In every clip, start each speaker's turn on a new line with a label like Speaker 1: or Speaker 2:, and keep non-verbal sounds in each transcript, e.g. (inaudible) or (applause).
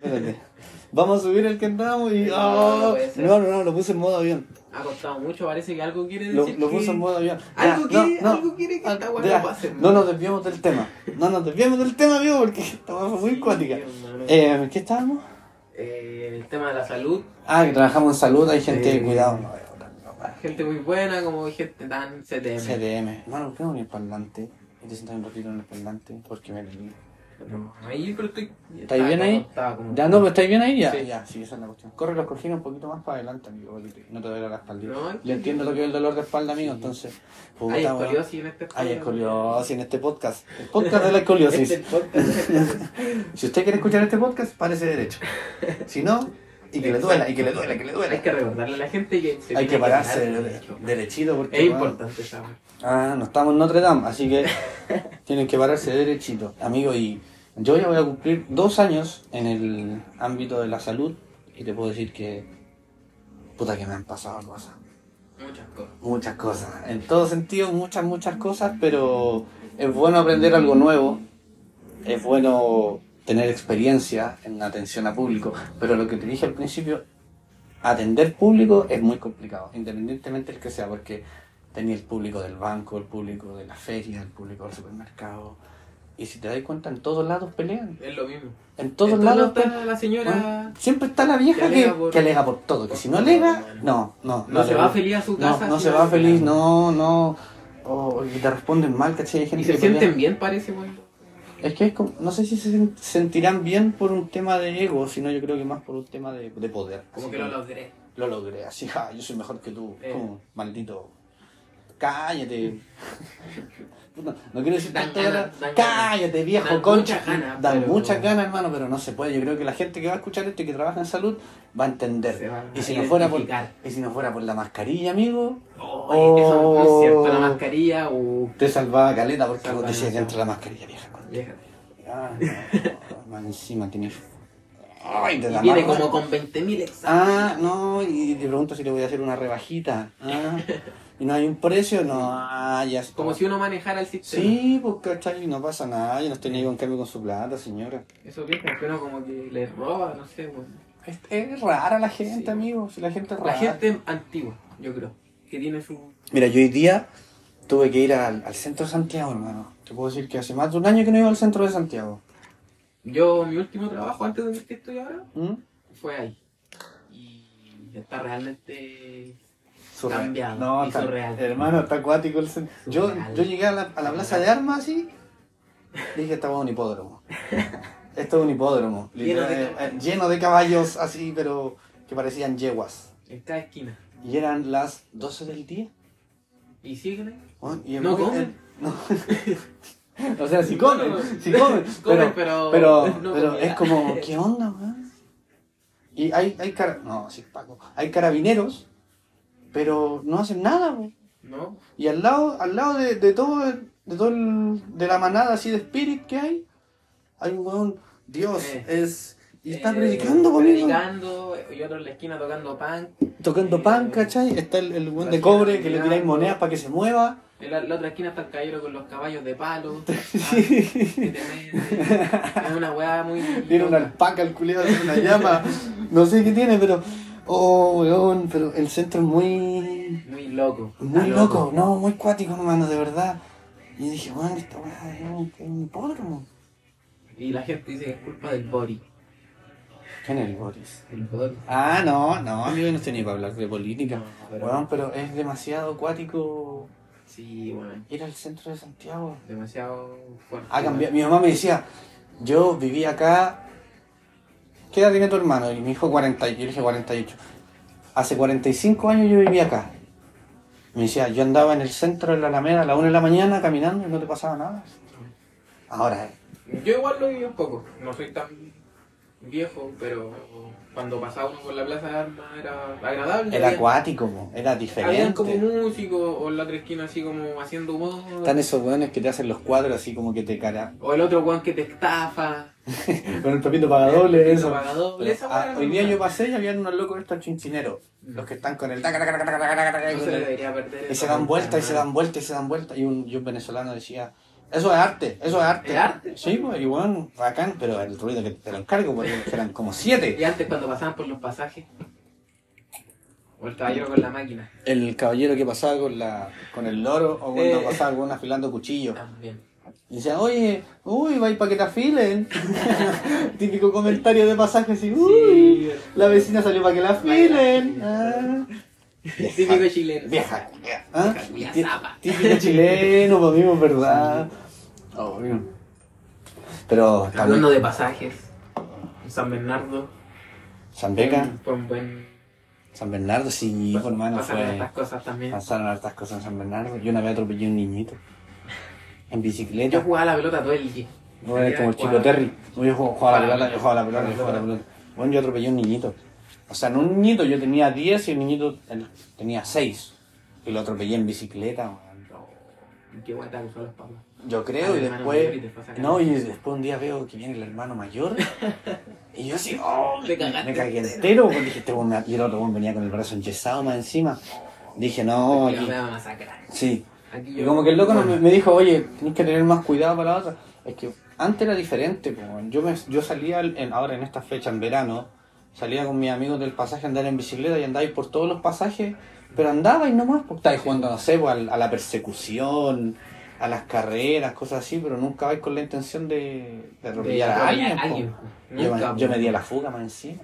Speaker 1: tarde. Vamos a subir el que entramos y. ¡Oh! No, no, no, lo puse en modo avión.
Speaker 2: Ha costado mucho, parece que algo quiere
Speaker 1: Lo,
Speaker 2: decir.
Speaker 1: lo
Speaker 2: que-
Speaker 1: puso en modo avión. Ya,
Speaker 2: Algo quiere,
Speaker 1: no, no,
Speaker 2: algo quiere que
Speaker 1: al-
Speaker 2: esta
Speaker 1: ya,
Speaker 2: weá no pase.
Speaker 1: no nos desviemos del tema. No nos desviemos del tema, amigo, porque (laughs) esta weá fue muy
Speaker 2: Sí,
Speaker 1: cuática.
Speaker 2: hermano.
Speaker 1: Eh, ¿en ¿Qué estábamos?
Speaker 2: Eh, el tema de la salud,
Speaker 1: Ah, que trabajamos en salud, hay gente
Speaker 2: Sí.
Speaker 1: que cuidado. No, eh, no, no,
Speaker 2: gente muy buena, como gente tan CTM.
Speaker 1: CDM. Hermano, ¿por qué no en el parlante? Y te sentas un ratito en el parlante porque me leí.
Speaker 2: No, ahí pero estoy.
Speaker 1: ¿Estáis bien ahí?
Speaker 2: Estaba como-
Speaker 1: Ya no, pero estáis bien ahí ya.
Speaker 2: Sí.
Speaker 1: Ya, sí, esa es la cuestión. Corre los cojines un poquito más para adelante, amigo, porque te- no te duele la espalda.
Speaker 2: No,
Speaker 1: Yo entiendo lo que es el dolor de espalda, amigo, entonces. puta,
Speaker 2: Hay
Speaker 1: weón.
Speaker 2: escoliosis en este
Speaker 1: Hay
Speaker 2: podcast.
Speaker 1: escoliosis Ah, en este podcast. El podcast de la escoliosis.
Speaker 2: Este es el podcast.
Speaker 1: Si usted quiere escuchar este podcast, parece derecho.
Speaker 2: (laughs)
Speaker 1: Si no, y que le duela, y que le duela, que le
Speaker 2: Hay
Speaker 1: duela.
Speaker 2: que recordarle a la gente que se
Speaker 1: Hay
Speaker 2: tiene
Speaker 1: que pararse Este
Speaker 2: parar,
Speaker 1: dere- derechito porque.
Speaker 2: Es
Speaker 1: bueno,
Speaker 2: importante esa weá.
Speaker 1: Ah, no estamos en Notre Dame, así
Speaker 2: (laughs)
Speaker 1: que tienen que pararse derechito. Amigo, y yo ya voy a cumplir dos años en el ámbito de la salud y te puedo decir que. Puta que me han pasado cosas.
Speaker 2: Muchas cosas.
Speaker 1: Muchas cosas. En todo sentido, muchas, muchas cosas, pero es bueno aprender algo nuevo. Es bueno tener experiencia en atención a público. Pero lo que te dije al principio, atender público es muy complicado, independientemente del que sea, porque tenía el público del banco, el público de la feria, el público del supermercado. Y si te das cuenta, en todos lados pelean.
Speaker 2: Es lo mismo.
Speaker 1: En todos pues? ¿Ah?
Speaker 2: Esto
Speaker 1: lados
Speaker 2: no está la señora.
Speaker 1: pelean. Siempre está la vieja
Speaker 2: que
Speaker 1: que,
Speaker 2: alega por-
Speaker 1: que alega por todo. Que si no alega, no, no.
Speaker 2: No se
Speaker 1: alega.
Speaker 2: va feliz a su
Speaker 1: No,
Speaker 2: casa.
Speaker 1: no
Speaker 2: si
Speaker 1: se va feliz, no, no. O y te responden mal, ¿cachai? Hay gente
Speaker 2: Y se
Speaker 1: que pelea.
Speaker 2: sienten bien, parece, weón.
Speaker 1: Es que es como- no sé si se sen- sentirán bien por un tema de ego, sino yo creo que más por un tema de, de poder.
Speaker 2: Como
Speaker 1: Así
Speaker 2: que lo logré.
Speaker 1: lo logré, así, ja, yo soy mejor que tú.
Speaker 2: Eh.
Speaker 1: Como, maldito. Cállate. Puta, no quiero decir
Speaker 2: Dan
Speaker 1: tanta
Speaker 2: ganas,
Speaker 1: gana.
Speaker 2: dan ganas.
Speaker 1: Cállate, viejo
Speaker 2: Dan
Speaker 1: concha.
Speaker 2: muchas ganas,
Speaker 1: Dan
Speaker 2: pero-
Speaker 1: muchas ganas, hermano, pero no se puede. Yo creo que la gente que va a escuchar esto y que trabaja en salud va a
Speaker 2: Se
Speaker 1: entender.
Speaker 2: va
Speaker 1: Y
Speaker 2: a
Speaker 1: si no fuera por,
Speaker 2: identificar.
Speaker 1: y si no fuera por la mascarilla, amigo,
Speaker 2: Oh,
Speaker 1: Oh.
Speaker 2: Eso no es cierto, la mascarilla uh, o.
Speaker 1: Te salvaba caleta porque vos
Speaker 2: Salvaba
Speaker 1: decías que
Speaker 2: demasiado.
Speaker 1: entra la mascarilla vieja. con-
Speaker 2: Vieja.
Speaker 1: Ah, no, (laughs) man, encima tenés. Ay, te
Speaker 2: Y
Speaker 1: da
Speaker 2: viene
Speaker 1: mal.
Speaker 2: como con 20.000
Speaker 1: Ah,
Speaker 2: exámenes.
Speaker 1: no, y te pregunto si le voy a hacer una rebajita. Ah, y no hay un precio, no. Ah, ya está.
Speaker 2: Como si uno manejara el sistema.
Speaker 1: Sí, pues cachai, no pasa nada. Yo no estoy ni con cambio con su plata, señora.
Speaker 2: Eso que es que uno como que le roba, no sé, weón.
Speaker 1: Es, es rara la gente,
Speaker 2: Sí.
Speaker 1: amigo. Si la gente es
Speaker 2: La
Speaker 1: rara.
Speaker 2: gente antigua, yo creo. Que tiene su.
Speaker 1: Mira, yo hoy día tuve que ir al, al centro de Santiago, hermano. Te puedo decir que hace más de un año que no iba al centro de Santiago.
Speaker 2: Yo, mi último trabajo antes de que estoy ahora,
Speaker 1: ¿Mm?
Speaker 2: fue ahí. Y está realmente.
Speaker 1: Surreal.
Speaker 2: Cambiado,
Speaker 1: No,
Speaker 2: y
Speaker 1: está-
Speaker 2: surreal.
Speaker 1: Hermano, está acuático el sen- Yo,
Speaker 2: Surreal.
Speaker 1: yo llegué a la, a la plaza de armas así. Dije, estaba un
Speaker 2: (laughs)
Speaker 1: hipódromo. Esto es un hipódromo.
Speaker 2: Lleno de
Speaker 1: literal,
Speaker 2: caballos.
Speaker 1: eh, lleno de caballos así, pero que parecían yeguas.
Speaker 2: En cada esquina.
Speaker 1: Y eran las 12 del día.
Speaker 2: Y siguen ahí.
Speaker 1: weón, y el
Speaker 2: No
Speaker 1: güey-
Speaker 2: comen.
Speaker 1: el-
Speaker 2: (laughs)
Speaker 1: no. o sea, si comen, si comen.
Speaker 2: Comen,
Speaker 1: pero,
Speaker 2: pero.
Speaker 1: pero,
Speaker 2: no
Speaker 1: pero
Speaker 2: comida.
Speaker 1: es como, ¿qué onda, weón? Y hay, hay cara- No, sí, Paco. Hay carabineros, pero no hacen nada, weón.
Speaker 2: No,
Speaker 1: Y al lado, al lado de, de todo, el- de todo el- de la manada así de spirit que hay, hay un weón, Dios
Speaker 2: Eh.
Speaker 1: es. Y está
Speaker 2: Eh,
Speaker 1: predicando, pues, conmigo.
Speaker 2: Predicando, y otro en la esquina tocando pan.
Speaker 1: Tocando pan,
Speaker 2: Eh,
Speaker 1: ¿cachai? Está el, el weón de
Speaker 2: Así,
Speaker 1: cobre que le
Speaker 2: mirando.
Speaker 1: tiráis monedas para que se mueva.
Speaker 2: En la, la otra esquina está el caballero con los caballos
Speaker 1: (laughs)
Speaker 2: de palo. ah, que
Speaker 1: Tiene
Speaker 2: te mete. es una weá muy.
Speaker 1: una alpaca, el culiado tiene una llama. No sé qué tiene, pero. Oh, weón, pero el centro es muy.
Speaker 2: Muy loco.
Speaker 1: Muy
Speaker 2: Está
Speaker 1: loco, no, muy cuático, hermano, de verdad. Y dije, weón, esta weá es un, es un hipódromo.
Speaker 2: Y la gente dice que es culpa del body.
Speaker 1: ¿Quién es el Boris?
Speaker 2: El body.
Speaker 1: Ah, no, no, amigo, yo no estoy ni para hablar de política.
Speaker 2: No, pero-
Speaker 1: Weón, pero es demasiado acuático
Speaker 2: Sí, bueno.
Speaker 1: ir al centro de Santiago.
Speaker 2: Demasiado fuerte.
Speaker 1: Ha cambiado. Mi mamá me decía, yo viví acá. ¿Qué edad tiene tu hermano? Y me dijo 40, yo le dije 48. Hace 45 años yo vivía acá. Me decía, yo andaba en el centro de la Alameda a las 1 de la mañana caminando y no te pasaba nada. Ahora, eh,
Speaker 2: Yo igual lo viví un poco. No soy tan viejo, pero cuando pasaba uno por la plaza de armas era agradable.
Speaker 1: era
Speaker 2: Había-
Speaker 1: acuático, po, era
Speaker 2: Habían como
Speaker 1: diferente.
Speaker 2: músicos, o en la otra esquina así como haciendo humor.
Speaker 1: Están esos weones que te hacen los cuadros así como que te
Speaker 2: (laughs)
Speaker 1: cara.
Speaker 2: O el otro weón que te estafa.
Speaker 1: Con el papito pagadoble,
Speaker 2: El
Speaker 1: eso.
Speaker 2: pagadoble, esa
Speaker 1: Ah,
Speaker 2: weá
Speaker 1: hoy
Speaker 2: me
Speaker 1: día
Speaker 2: gusta.
Speaker 1: yo pasé y habían unos locos estos chinchineros. Los que están con el. Mm. taca, taca, taca, taca, taca, taca,
Speaker 2: No
Speaker 1: con
Speaker 2: se le
Speaker 1: el-
Speaker 2: debería perder
Speaker 1: Y
Speaker 2: eso
Speaker 1: se dan
Speaker 2: nunca
Speaker 1: vuelta y se
Speaker 2: más.
Speaker 1: dan vuelta y se dan vuelta. Y un, y un venezolano decía, Eso es arte, eso es arte.
Speaker 2: ¿Es arte?
Speaker 1: Sí, pues, y bueno, bacán, pero el ruido que te lo encargo, porque eran como
Speaker 2: Y
Speaker 1: siete.
Speaker 2: antes cuando pasaban por los pasajes. O el caballero con la máquina.
Speaker 1: El caballero que pasaba con la con el loro o cuando
Speaker 2: Eh.
Speaker 1: pasaba con afilando cuchillos.
Speaker 2: También.
Speaker 1: Y decían, oye, uy, vais para que te afilen. (laughs) Típico comentario de pasaje así, uy,
Speaker 2: Sí. eh,
Speaker 1: la vecina salió para que la afilen. Ah.
Speaker 2: (laughs) Típico chileno.
Speaker 1: Vieja culia. ¿Ah?
Speaker 2: Vieja culia,
Speaker 1: Tí-
Speaker 2: zapa.
Speaker 1: Típico chileno, para mí, es verdad. Obvio. Pero
Speaker 2: Hablando
Speaker 1: también,
Speaker 2: de pasajes. San Bernardo.
Speaker 1: San Beca,
Speaker 2: Fue un buen.
Speaker 1: San Bernardo, sí, pues, hermano,
Speaker 2: pasaron
Speaker 1: fue.
Speaker 2: estas cosas también.
Speaker 1: Pasaron hartas cosas en San Bernardo. Yo una vez atropellé a un niñito. En
Speaker 2: Yo
Speaker 1: bicicleta.
Speaker 2: jugaba a la pelota todo el día.
Speaker 1: No era como el chico Terry. No, Yo jugaba jugaba a la pelota, yo jugaba a la pelota, yo jugaba a la pelota. Bueno, yo atropellé a un niñito. O sea, no un niñito, yo tenía 10 y el niñito él tenía 6. Y lo atropellé en bicicleta, weón.
Speaker 2: No. Qué guay te acusó los papás.
Speaker 1: Yo creo,
Speaker 2: Al
Speaker 1: y
Speaker 2: hermano mayor
Speaker 1: después.
Speaker 2: y te fue a sacar.
Speaker 1: No, y después un día veo que viene el hermano
Speaker 2: (laughs)
Speaker 1: mayor. y yo así, ¡oh!
Speaker 2: Te cagaste
Speaker 1: Me cagué entero. porque dije, este weón me- y el otro weón venía con el brazo enyesado más encima. Dije, no,
Speaker 2: Aquí
Speaker 1: aquí.
Speaker 2: lo voy a masacrar.
Speaker 1: Sí.
Speaker 2: Aquí
Speaker 1: Y
Speaker 2: yo-
Speaker 1: como que el loco no me,
Speaker 2: Bueno,
Speaker 1: me dijo, oye, tenés que tener más cuidado para la otra. Es que antes era diferente, po, weón. yo me, yo salía el- en- ahora en esta fecha, en verano, salía con mis amigos del pasaje a andar en bicicleta y andaba ahí por todos los pasajes, pero andaba y nomás, porque estabais jugando, no sé, po, al- a, la persecución, a las carreras, cosas así, pero nunca vais con la intención de, de
Speaker 2: de-
Speaker 1: atropellar a alguien. po. Yo,
Speaker 2: pues. Nunca,
Speaker 1: me- yo
Speaker 2: po.
Speaker 1: me di a la fuga más encima.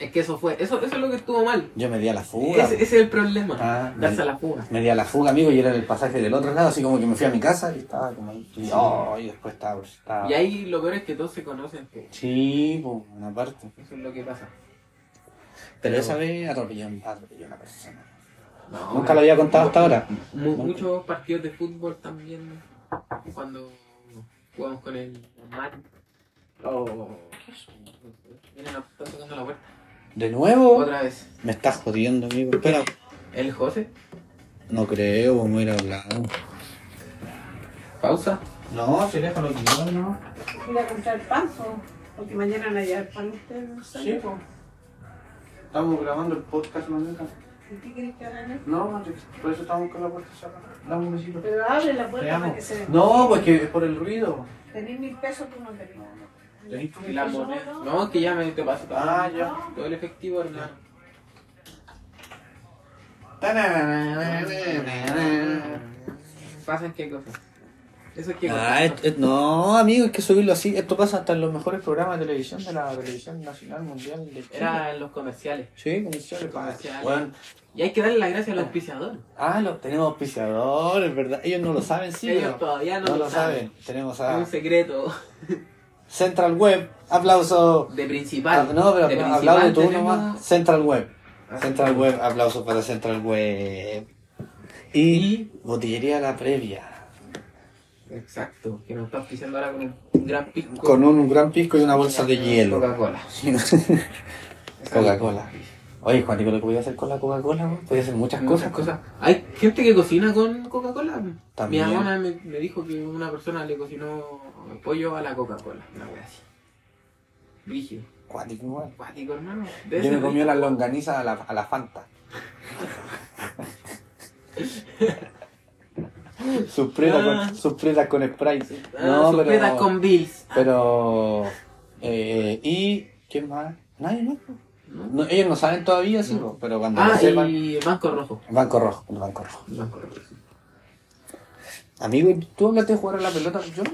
Speaker 2: Es que eso fue, eso, eso es lo que estuvo mal.
Speaker 1: Yo me di a la fuga.
Speaker 2: Ese, ese es el problema,
Speaker 1: Ah,
Speaker 2: darse a
Speaker 1: bien.
Speaker 2: la fuga.
Speaker 1: Me di a la fuga, amigo, y era en el pasaje del otro lado, así como que me fui a mi casa y estaba como ahí. Y, oh, y después estaba. estaba-
Speaker 2: Y ahí lo peor es que todos se conocen, que
Speaker 1: Sí, pues, una parte.
Speaker 2: eso es lo que pasa.
Speaker 1: Pero
Speaker 2: Pero-
Speaker 1: esa vez atropelló, atropelló a una persona.
Speaker 2: No,
Speaker 1: Nunca lo había contado hasta ahora.
Speaker 2: mu-
Speaker 1: Nunca.
Speaker 2: Muchos partidos de fútbol también, cuando jugamos con el Mar. Oh, Miren, están tocando la puerta.
Speaker 1: De nuevo,
Speaker 2: Otra vez.
Speaker 1: me estás jodiendo, amigo. Espera,
Speaker 2: El José,
Speaker 1: no creo, pues, vamos a ir a un lado.
Speaker 2: pausa.
Speaker 1: No, se deja lo que yo, ¿no?
Speaker 3: Ir a comprar pan, po, porque mañana van a llevar pan ustedes. ¿no saben?
Speaker 1: pues. Estamos grabando el podcast, ¿no?
Speaker 3: ¿Y qué crees que hagan?
Speaker 1: No, por eso estamos con la puerta cerrada. Dame un besito.
Speaker 3: Pero abre la puerta para que se vea.
Speaker 1: No, pues que es por el ruido.
Speaker 3: Tenés mil pesos, tú no tenés.
Speaker 1: Tenés tú
Speaker 2: Y la moneda. No, que ya me te paso todo,
Speaker 1: Ah, ya.
Speaker 2: todo el efectivo, hermano. ¿Pasan qué cosas? Eso es qué
Speaker 1: Ah,
Speaker 2: cosas.
Speaker 1: et- et- no, amigo, hay que subirlo así. Esto pasa hasta en los mejores programas de televisión de la televisión nacional mundial de Chile.
Speaker 2: Era en los comerciales.
Speaker 1: Sí, comerciales.
Speaker 2: Comerciales.
Speaker 1: Bueno,
Speaker 2: Y hay que darle las gracias al auspiciador.
Speaker 1: ah, los tenemos auspiciadores, ¿verdad? Ellos no lo saben, sí.
Speaker 2: Ellos
Speaker 1: pero
Speaker 2: todavía no,
Speaker 1: no lo saben. Tenemos
Speaker 2: Es
Speaker 1: a
Speaker 2: un secreto
Speaker 1: Central Web. Aplauso.
Speaker 2: de
Speaker 1: Ah,
Speaker 2: principal.
Speaker 1: no, pero
Speaker 2: de
Speaker 1: habla- hablado de tú
Speaker 2: tenemos-
Speaker 1: nomás. Central Web.
Speaker 2: Ah,
Speaker 1: Central Web, aplauso para Central Web. Y Botillería La Previa.
Speaker 2: Exacto, que nos está auspiciando ahora con un gran pisco.
Speaker 1: Con un gran pisco y una bolsa de
Speaker 2: Con
Speaker 1: hielo.
Speaker 2: Coca-Cola.
Speaker 1: Coca-Cola. Oye, Juanico, lo que voy a hacer con la Coca-Cola, güey, podía hacer muchas
Speaker 2: Muchas
Speaker 1: cosas.
Speaker 2: cosas. Hay gente que cocina con Coca-Cola. Mi
Speaker 1: También.
Speaker 2: hermana me, me dijo que una persona le cocinó pollo a la Coca-Cola. Una wea así. Rígido.
Speaker 1: Cuático, igual.
Speaker 2: Cuático, hermano. Debe
Speaker 1: Yo me
Speaker 2: ser
Speaker 1: comí
Speaker 2: rico.
Speaker 1: las longanizas a la, a la
Speaker 2: (laughs)
Speaker 1: Fanta. sus pretas con, sus pretas con Sprite.
Speaker 2: Ah,
Speaker 1: no,
Speaker 2: sus
Speaker 1: pero.
Speaker 2: pedas con Bills.
Speaker 1: Pero. eh, ¿Y quién más? Nadie más. No, ellos no saben todavía, sí,
Speaker 2: No.
Speaker 1: pero cuando lo
Speaker 2: Ah,
Speaker 1: sepan.
Speaker 2: y Banco Rojo.
Speaker 1: Banco Rojo, el Banco Rojo.
Speaker 2: Banco Rojo.
Speaker 1: Amigo, ¿tú hablaste de jugar a la pelota? Yo no.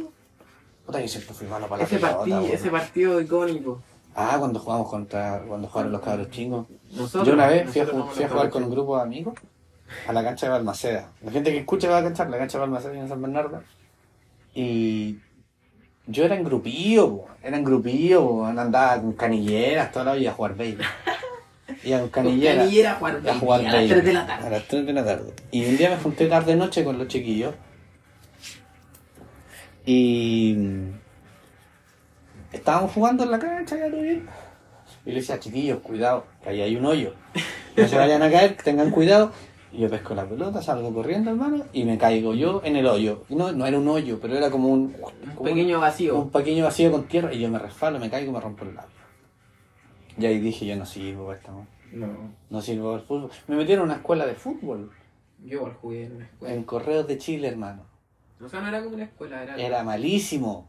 Speaker 1: Puta, yo siempre fui malo para la
Speaker 2: Ese,
Speaker 1: pelota.
Speaker 2: partido,
Speaker 1: güey.
Speaker 2: ese partido icónico.
Speaker 1: Ah, cuando jugamos contra, cuando jugaron los cabros chingos.
Speaker 2: Nosotros,
Speaker 1: Yo una vez fui a,
Speaker 2: nosotros
Speaker 1: ju-
Speaker 2: vamos
Speaker 1: fui a
Speaker 2: los
Speaker 1: jugar
Speaker 2: cabros
Speaker 1: con un grupo de amigos a la cancha de Balmaceda. La gente que escucha va a canchar la cancha de Balmaceda en San Bernardo. Y yo era en grupillo, po, era en grupillo, po, andaba con canilleras toda la vida a jugar béisbol. Y con
Speaker 2: Con
Speaker 1: canilleras
Speaker 2: Canillera a jugar
Speaker 1: a jugar
Speaker 2: béisbol a las
Speaker 1: béisbol.
Speaker 2: 3 de la
Speaker 1: A
Speaker 2: tarde.
Speaker 1: las 3 de la tarde. Y un día me junté tarde noche con los chiquillos. Y mm, estábamos jugando en la cancha, ya todo bien. Y le decía, chiquillos, cuidado, que ahí hay un hoyo. No se vayan a caer, que tengan cuidado. Y yo pesco la pelota, salgo corriendo, hermano, y me caigo yo en el hoyo. Y no, no era un hoyo, pero era como un,
Speaker 2: Un
Speaker 1: como un-
Speaker 2: pequeño vacío.
Speaker 1: un pequeño vacío con tierra. Y yo me resfalo, me caigo y me rompo el labio. Y ahí dije, yo no sirvo para esta, weá.
Speaker 2: No.
Speaker 1: No sirvo al fútbol. Me metieron a una escuela de fútbol
Speaker 2: Yo igual jugué en una escuela.
Speaker 1: en Correos de Chile, hermano.
Speaker 2: O sea, no era como una escuela, era.
Speaker 1: Era malísimo.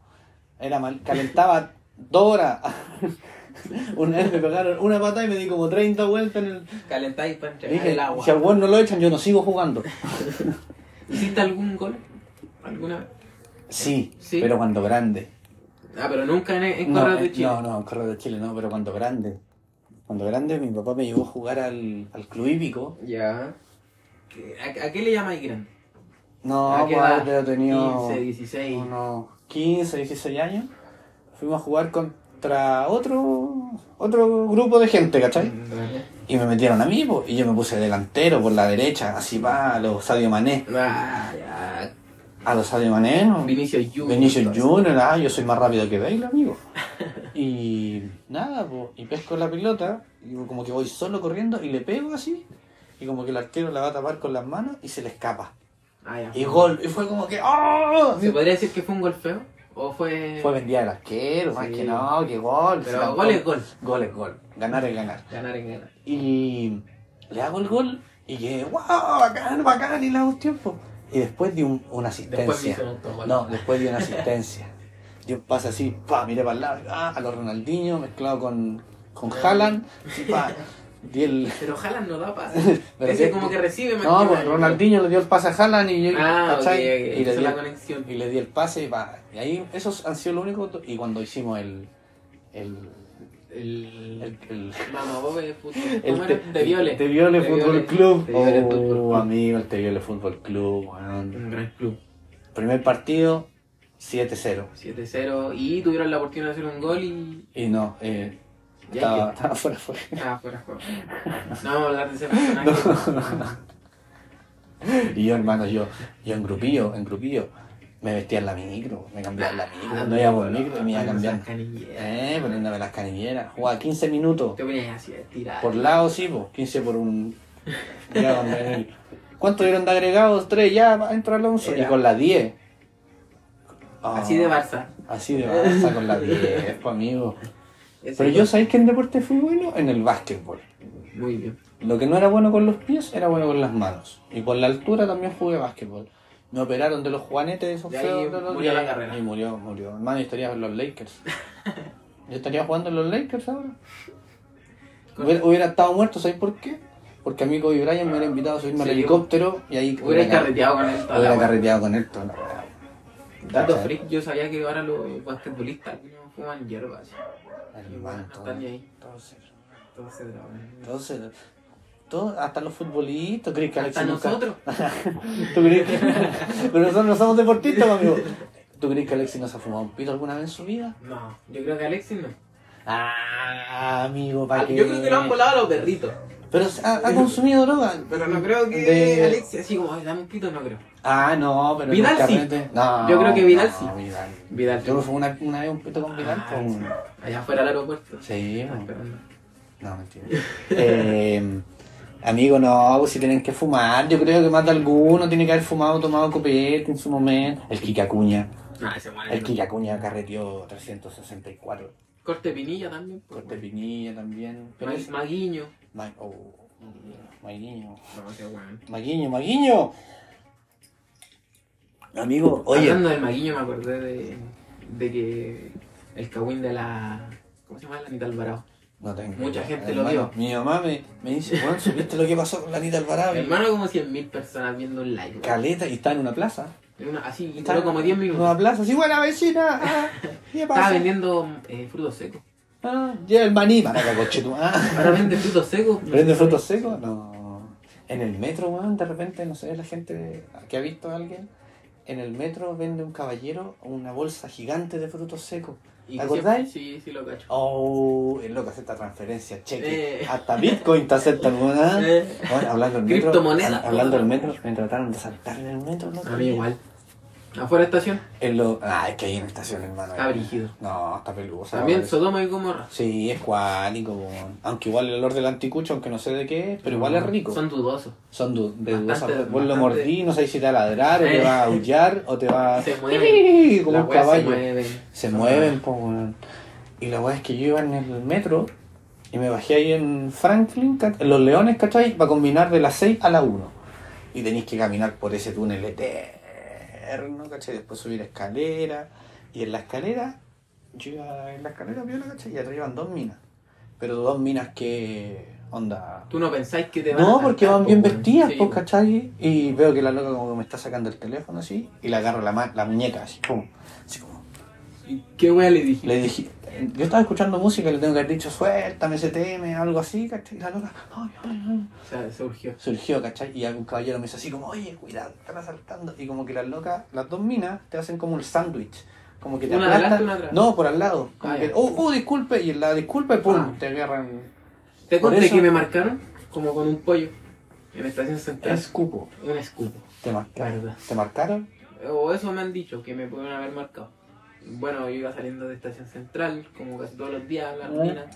Speaker 1: Era mal... Calentaba dos horas. (laughs) una vez me pegaron una patada y me di como 30 vueltas en el...
Speaker 2: Calentáis para entregar
Speaker 1: Dije,
Speaker 2: el agua.
Speaker 1: si al weón no lo echan, yo no sigo jugando.
Speaker 2: ¿Hiciste algún gol? ¿Alguna vez?
Speaker 1: Sí,
Speaker 2: Sí.
Speaker 1: pero cuando grande.
Speaker 2: Ah, pero nunca en, en
Speaker 1: no,
Speaker 2: Correos
Speaker 1: eh,
Speaker 2: de Chile.
Speaker 1: no, no, en Correos de Chile no, pero cuando grande. Cuando grande mi papá me llevó a jugar al, al club hípico.
Speaker 2: Ya. ¿Qué- ¿A, a qué le llamáis grande?
Speaker 1: No,
Speaker 2: ¿A qué edad?
Speaker 1: pues yo tenía
Speaker 2: 15, 16.
Speaker 1: unos 15, 16 años. Fuimos a jugar contra otro otro grupo de gente, ¿cachai? Y me metieron a mí, po, y yo me puse delantero por la derecha, así va, a los Sadio Mané.
Speaker 2: Ah, ya.
Speaker 1: A los Sadio Mané, no.
Speaker 2: Vinicius Junior.
Speaker 1: Vinicius Junior, ah, yo soy más rápido que Bale,
Speaker 2: (laughs)
Speaker 1: amigo. Y nada, po, y pesco la pelota, y como que voy solo corriendo y le pego así, y como que el arquero la va a tapar con las manos y se le escapa.
Speaker 2: Ah, ya.
Speaker 1: Y gol, y fue como que ¡Oh!
Speaker 2: ¿Se podría decir que fue un gol feo? ¿O fue.?
Speaker 1: Fue vendida del arquero, más
Speaker 2: Sí.
Speaker 1: que no, que gol.
Speaker 2: Pero
Speaker 1: Se la-
Speaker 2: gol es gol.
Speaker 1: Gol es gol, ganar es ganar.
Speaker 2: Ganar en ganar.
Speaker 1: Y le hago el gol y que ¡Wow! Bacán, bacán, y le hago tiempo. Y después di un- una
Speaker 2: Después me
Speaker 1: asistencia.
Speaker 2: hizo un autogol.
Speaker 1: No, después dio una asistencia. Dio un pase así, pa, miré para el lado, ah, a los Ronaldinho mezclado con, con Haaland, así, pa, di
Speaker 2: (laughs)
Speaker 1: el...
Speaker 2: Pero Haaland no da pase.
Speaker 1: Pero
Speaker 2: Ese
Speaker 1: que-
Speaker 2: como que recibe más
Speaker 1: No,
Speaker 2: que
Speaker 1: pues
Speaker 2: mal.
Speaker 1: Ronaldinho le dio el pase a Haaland y yo,
Speaker 2: Ah, ok, ok.
Speaker 1: ¿cachai? Y, le
Speaker 2: Hizo
Speaker 1: di,
Speaker 2: la conexión.
Speaker 1: y le di el pase y pa, y ahí, esos han sido los únicos, do- y cuando hicimos el... el...
Speaker 2: El.
Speaker 1: el, el
Speaker 2: Mamá, vos ves fútbol.
Speaker 1: el
Speaker 2: ¿Cómo
Speaker 1: te,
Speaker 2: era? de Viole.
Speaker 1: Te Viole
Speaker 2: De
Speaker 1: Fútbol
Speaker 2: Viole.
Speaker 1: Club.
Speaker 2: De Viole Fútbol
Speaker 1: oh,
Speaker 2: Club.
Speaker 1: amigo, el Te Viole Fútbol Club. weón.
Speaker 2: Un gran club.
Speaker 1: Primer partido, 7-0.
Speaker 2: 7-0. Y tuvieron la oportunidad de hacer un gol y.
Speaker 1: Y no, eh,
Speaker 2: Ya
Speaker 1: estaba, estaba fuera, fuera.
Speaker 2: que- Ah, fuera de juego. No vamos a hablar de ese personaje.
Speaker 1: (laughs) Y yo, hermano, yo, yo en grupillo, en grupillo, me vestía en la micro, me cambiaba en la micro, no iba por micro y me
Speaker 2: Ah,
Speaker 1: iba cambiando.
Speaker 2: Canilleras.
Speaker 1: Eh, poniéndome las canilleras, jugaba 15 minutos,
Speaker 2: Te ponías así a tirar.
Speaker 1: por lado sí, po, 15 por un... ya, con el- ¿Cuánto dieron de agregados? 3, ya, va, entra Alonso. Y
Speaker 2: Era-
Speaker 1: con la 10. Ah,
Speaker 2: Así de Barça.
Speaker 1: Así de Barça con la 10, po, amigo.
Speaker 2: Ese
Speaker 1: Pero
Speaker 2: gol.
Speaker 1: yo, ¿sabéis que en deporte fui bueno? En el básquetbol.
Speaker 2: Muy bien.
Speaker 1: Lo que no era bueno con los pies era bueno con las manos. Y por la altura también jugué básquetbol. Me operaron de los juanetes esos
Speaker 2: De ahí
Speaker 1: feos, de los-
Speaker 2: murió
Speaker 1: y-
Speaker 2: la carrera.
Speaker 1: Y murió, murió. Hermano, yo estaría en los Lakers. Yo estaría jugando en los Lakers ahora. Hubiera, hubiera estado muerto, ¿sabéis por qué? Porque a mí Kobe Bryant me hubiera invitado a subirme al
Speaker 2: Sí.
Speaker 1: helicóptero y ahí
Speaker 2: Hubiera carreteado con él. toda la
Speaker 1: hubiera
Speaker 2: hora.
Speaker 1: carreteado con él toda la weá.
Speaker 2: Dato
Speaker 1: ¿Cachai?
Speaker 2: freak, yo sabía que ahora los basquetbolistas no fuman hierbas.
Speaker 1: Hermano,
Speaker 2: No están ni ahí.
Speaker 1: entonces,
Speaker 2: Todos se drogan.
Speaker 1: entonces, todo- hasta los futbolistas, ¿crees que Alexis
Speaker 2: Hasta
Speaker 1: nunca-
Speaker 2: nosotros.
Speaker 1: ¿Tú crees que... (laughs) Pero nosotros no somos deportistas, pues, amigo. ¿Tú crees que Alexis no se ha fumado un pito alguna vez en su vida?
Speaker 2: No, yo creo que Alexis no.
Speaker 1: Ah, amigo,
Speaker 2: Ah,
Speaker 1: para que...
Speaker 2: Yo creo que lo han volado a los perritos.
Speaker 1: Pero ha, ha consumido droga.
Speaker 2: Pero no creo que
Speaker 1: De-
Speaker 2: Alexis, así como, ay, dame un pito, no creo.
Speaker 1: Ah, no, pero... en
Speaker 2: Vidal
Speaker 1: el
Speaker 2: sí.
Speaker 1: carrete- No,
Speaker 2: Yo creo que Vidal
Speaker 1: no,
Speaker 2: sí.
Speaker 1: Vidal.
Speaker 2: Vidal.
Speaker 1: Yo me fumé una, una vez un pito con Vidal.
Speaker 2: Ah,
Speaker 1: pues,
Speaker 2: sí. Allá afuera del aeropuerto.
Speaker 1: Sí,
Speaker 2: Está
Speaker 1: pues.
Speaker 2: esperando.
Speaker 1: No, mentira. (laughs) Eh, amigo, no, pues si tienen que fumar, yo creo que más de alguno tiene que haber fumado, tomado copete en su momento. El Kika Cuña.
Speaker 2: Ah, ese muere.
Speaker 1: El Kika Cuña carreteó 364.
Speaker 2: Corte pinilla también. pues,
Speaker 1: Corte
Speaker 2: bueno.
Speaker 1: Pinilla también. Pero
Speaker 2: Ma-
Speaker 1: es-
Speaker 2: Maguiño.
Speaker 1: Ma- oh, Maguiño.
Speaker 2: No, qué bueno.
Speaker 1: Maguiño, Maguiño. Amigo, oye.
Speaker 2: Hablando del Maguiño, me acordé de, de que el cagüín de la. ¿Cómo se llama? La Anita Alvarado.
Speaker 1: No tengo.
Speaker 2: Mucha gente
Speaker 1: Hermano,
Speaker 2: lo vio.
Speaker 1: Mi mamá me, me dice, Juan, ¿supiste lo que pasó con la Anita Alvarado?
Speaker 2: Hermano, como 100.000 personas viendo un live. güey.
Speaker 1: Caleta, y está en una plaza.
Speaker 2: En una- así, y
Speaker 1: Está
Speaker 2: duró como 10
Speaker 1: En
Speaker 2: minutos.
Speaker 1: una plaza, sí, buena vecina.
Speaker 2: (laughs)
Speaker 1: Ah, ¿Qué
Speaker 2: Estaba
Speaker 1: pasa?
Speaker 2: vendiendo eh, frutos secos.
Speaker 1: Ah, lleva el maní. Para la
Speaker 2: (laughs)
Speaker 1: cochetumá.
Speaker 2: Ahora vende frutos secos.
Speaker 1: ¿Prende frutos secos? No. En el metro, weón, de repente, no sé, la gente que ha visto a alguien, en el metro vende un caballero una bolsa gigante de frutos secos.
Speaker 2: ¿Y
Speaker 1: ¿Te
Speaker 2: que
Speaker 1: acordáis?
Speaker 2: siempre- Sí, sí, lo cacho.
Speaker 1: Oh, es lo que acepta transferencia, cheque.
Speaker 2: Eh.
Speaker 1: Hasta Bitcoin te aceptan, weón.
Speaker 2: Eh.
Speaker 1: Bueno, hablando del metro.
Speaker 2: Criptomonedas,
Speaker 1: hab- Hablando del
Speaker 2: weón.
Speaker 1: metro, me trataron de saltar en el metro, ¿no?
Speaker 2: A mí igual. Afuera de estación,
Speaker 1: En lo... Ah, es que hay una estación, hermano.
Speaker 2: está brígido.
Speaker 1: No, está peludo.
Speaker 2: También Sodoma y Gomorra.
Speaker 1: Sí, es cuático, weón. Aunque igual el olor del anticucho, aunque no sé de qué es, pero igual es rico.
Speaker 2: Son dudosos.
Speaker 1: Son du- de dudosa.
Speaker 2: Bastante-
Speaker 1: Vos lo
Speaker 2: bastante.
Speaker 1: mordí, no sabéis si te va a ladrar, o te
Speaker 2: Eh.
Speaker 1: va a aullar, o te va a. (laughs)
Speaker 2: Se mueven.
Speaker 1: Como
Speaker 2: Las
Speaker 1: un
Speaker 2: weas
Speaker 1: caballo.
Speaker 2: Se mueven.
Speaker 1: Se mueven,
Speaker 2: Ah.
Speaker 1: po, weón. Y la weá es que yo iba en el metro y me bajé ahí en Franklin, ca- en Los Leones, ¿cachai? Va a combinar de las 6 a la 1. Y tenéis que caminar por ese túnel eterno. infierno, ¿cachai? Después subir escalera. Y en la escalera, yo iba en la escalera viola, ¿cachai? Y arriba iban dos minas. Pero dos minas que. onda.
Speaker 2: Tú no pensáis que te van
Speaker 1: No,
Speaker 2: a
Speaker 1: porque
Speaker 2: saltar,
Speaker 1: van bien
Speaker 2: po, weón.
Speaker 1: vestidas,
Speaker 2: Sí,
Speaker 1: pues,
Speaker 2: po.
Speaker 1: ¿cachai? Y veo que la loca como que me está sacando el teléfono así, y le agarro la, ma- la muñeca, así, pum. Así como.
Speaker 2: ¿Y ¿Qué wea le dije?
Speaker 1: Le dije, yo estaba escuchando música y le tengo que haber dicho, suéltame ese tema, algo así, ¿cachai? Y la loca, ay, ay, ay.
Speaker 2: O sea, surgió.
Speaker 1: Surgió, ¿cachai? Y algún caballero me hizo así como, oye, cuidado, están asaltando. Y como que las locas, las dos minas, te hacen como un sándwich. Como que te
Speaker 2: Una adelante,
Speaker 1: aplastan.
Speaker 2: una atrás.
Speaker 1: No, por al lado. Como
Speaker 2: Ah,
Speaker 1: que,
Speaker 2: ya.
Speaker 1: oh, oh, disculpe. Y en la disculpa, y pum,
Speaker 2: Ah.
Speaker 1: te agarran.
Speaker 2: Te
Speaker 1: Por
Speaker 2: conté
Speaker 1: eso-
Speaker 2: que me marcaron como con un pollo en estación central.
Speaker 1: Es cupo.
Speaker 2: Un escudo.
Speaker 1: Te marcaron.
Speaker 2: Verdad.
Speaker 1: ¿Te marcaron?
Speaker 2: O eso me han dicho, que me pudieron haber marcado. Bueno, yo iba saliendo de estación central, como casi todos los días,
Speaker 1: ¿Eh?
Speaker 2: la rutina.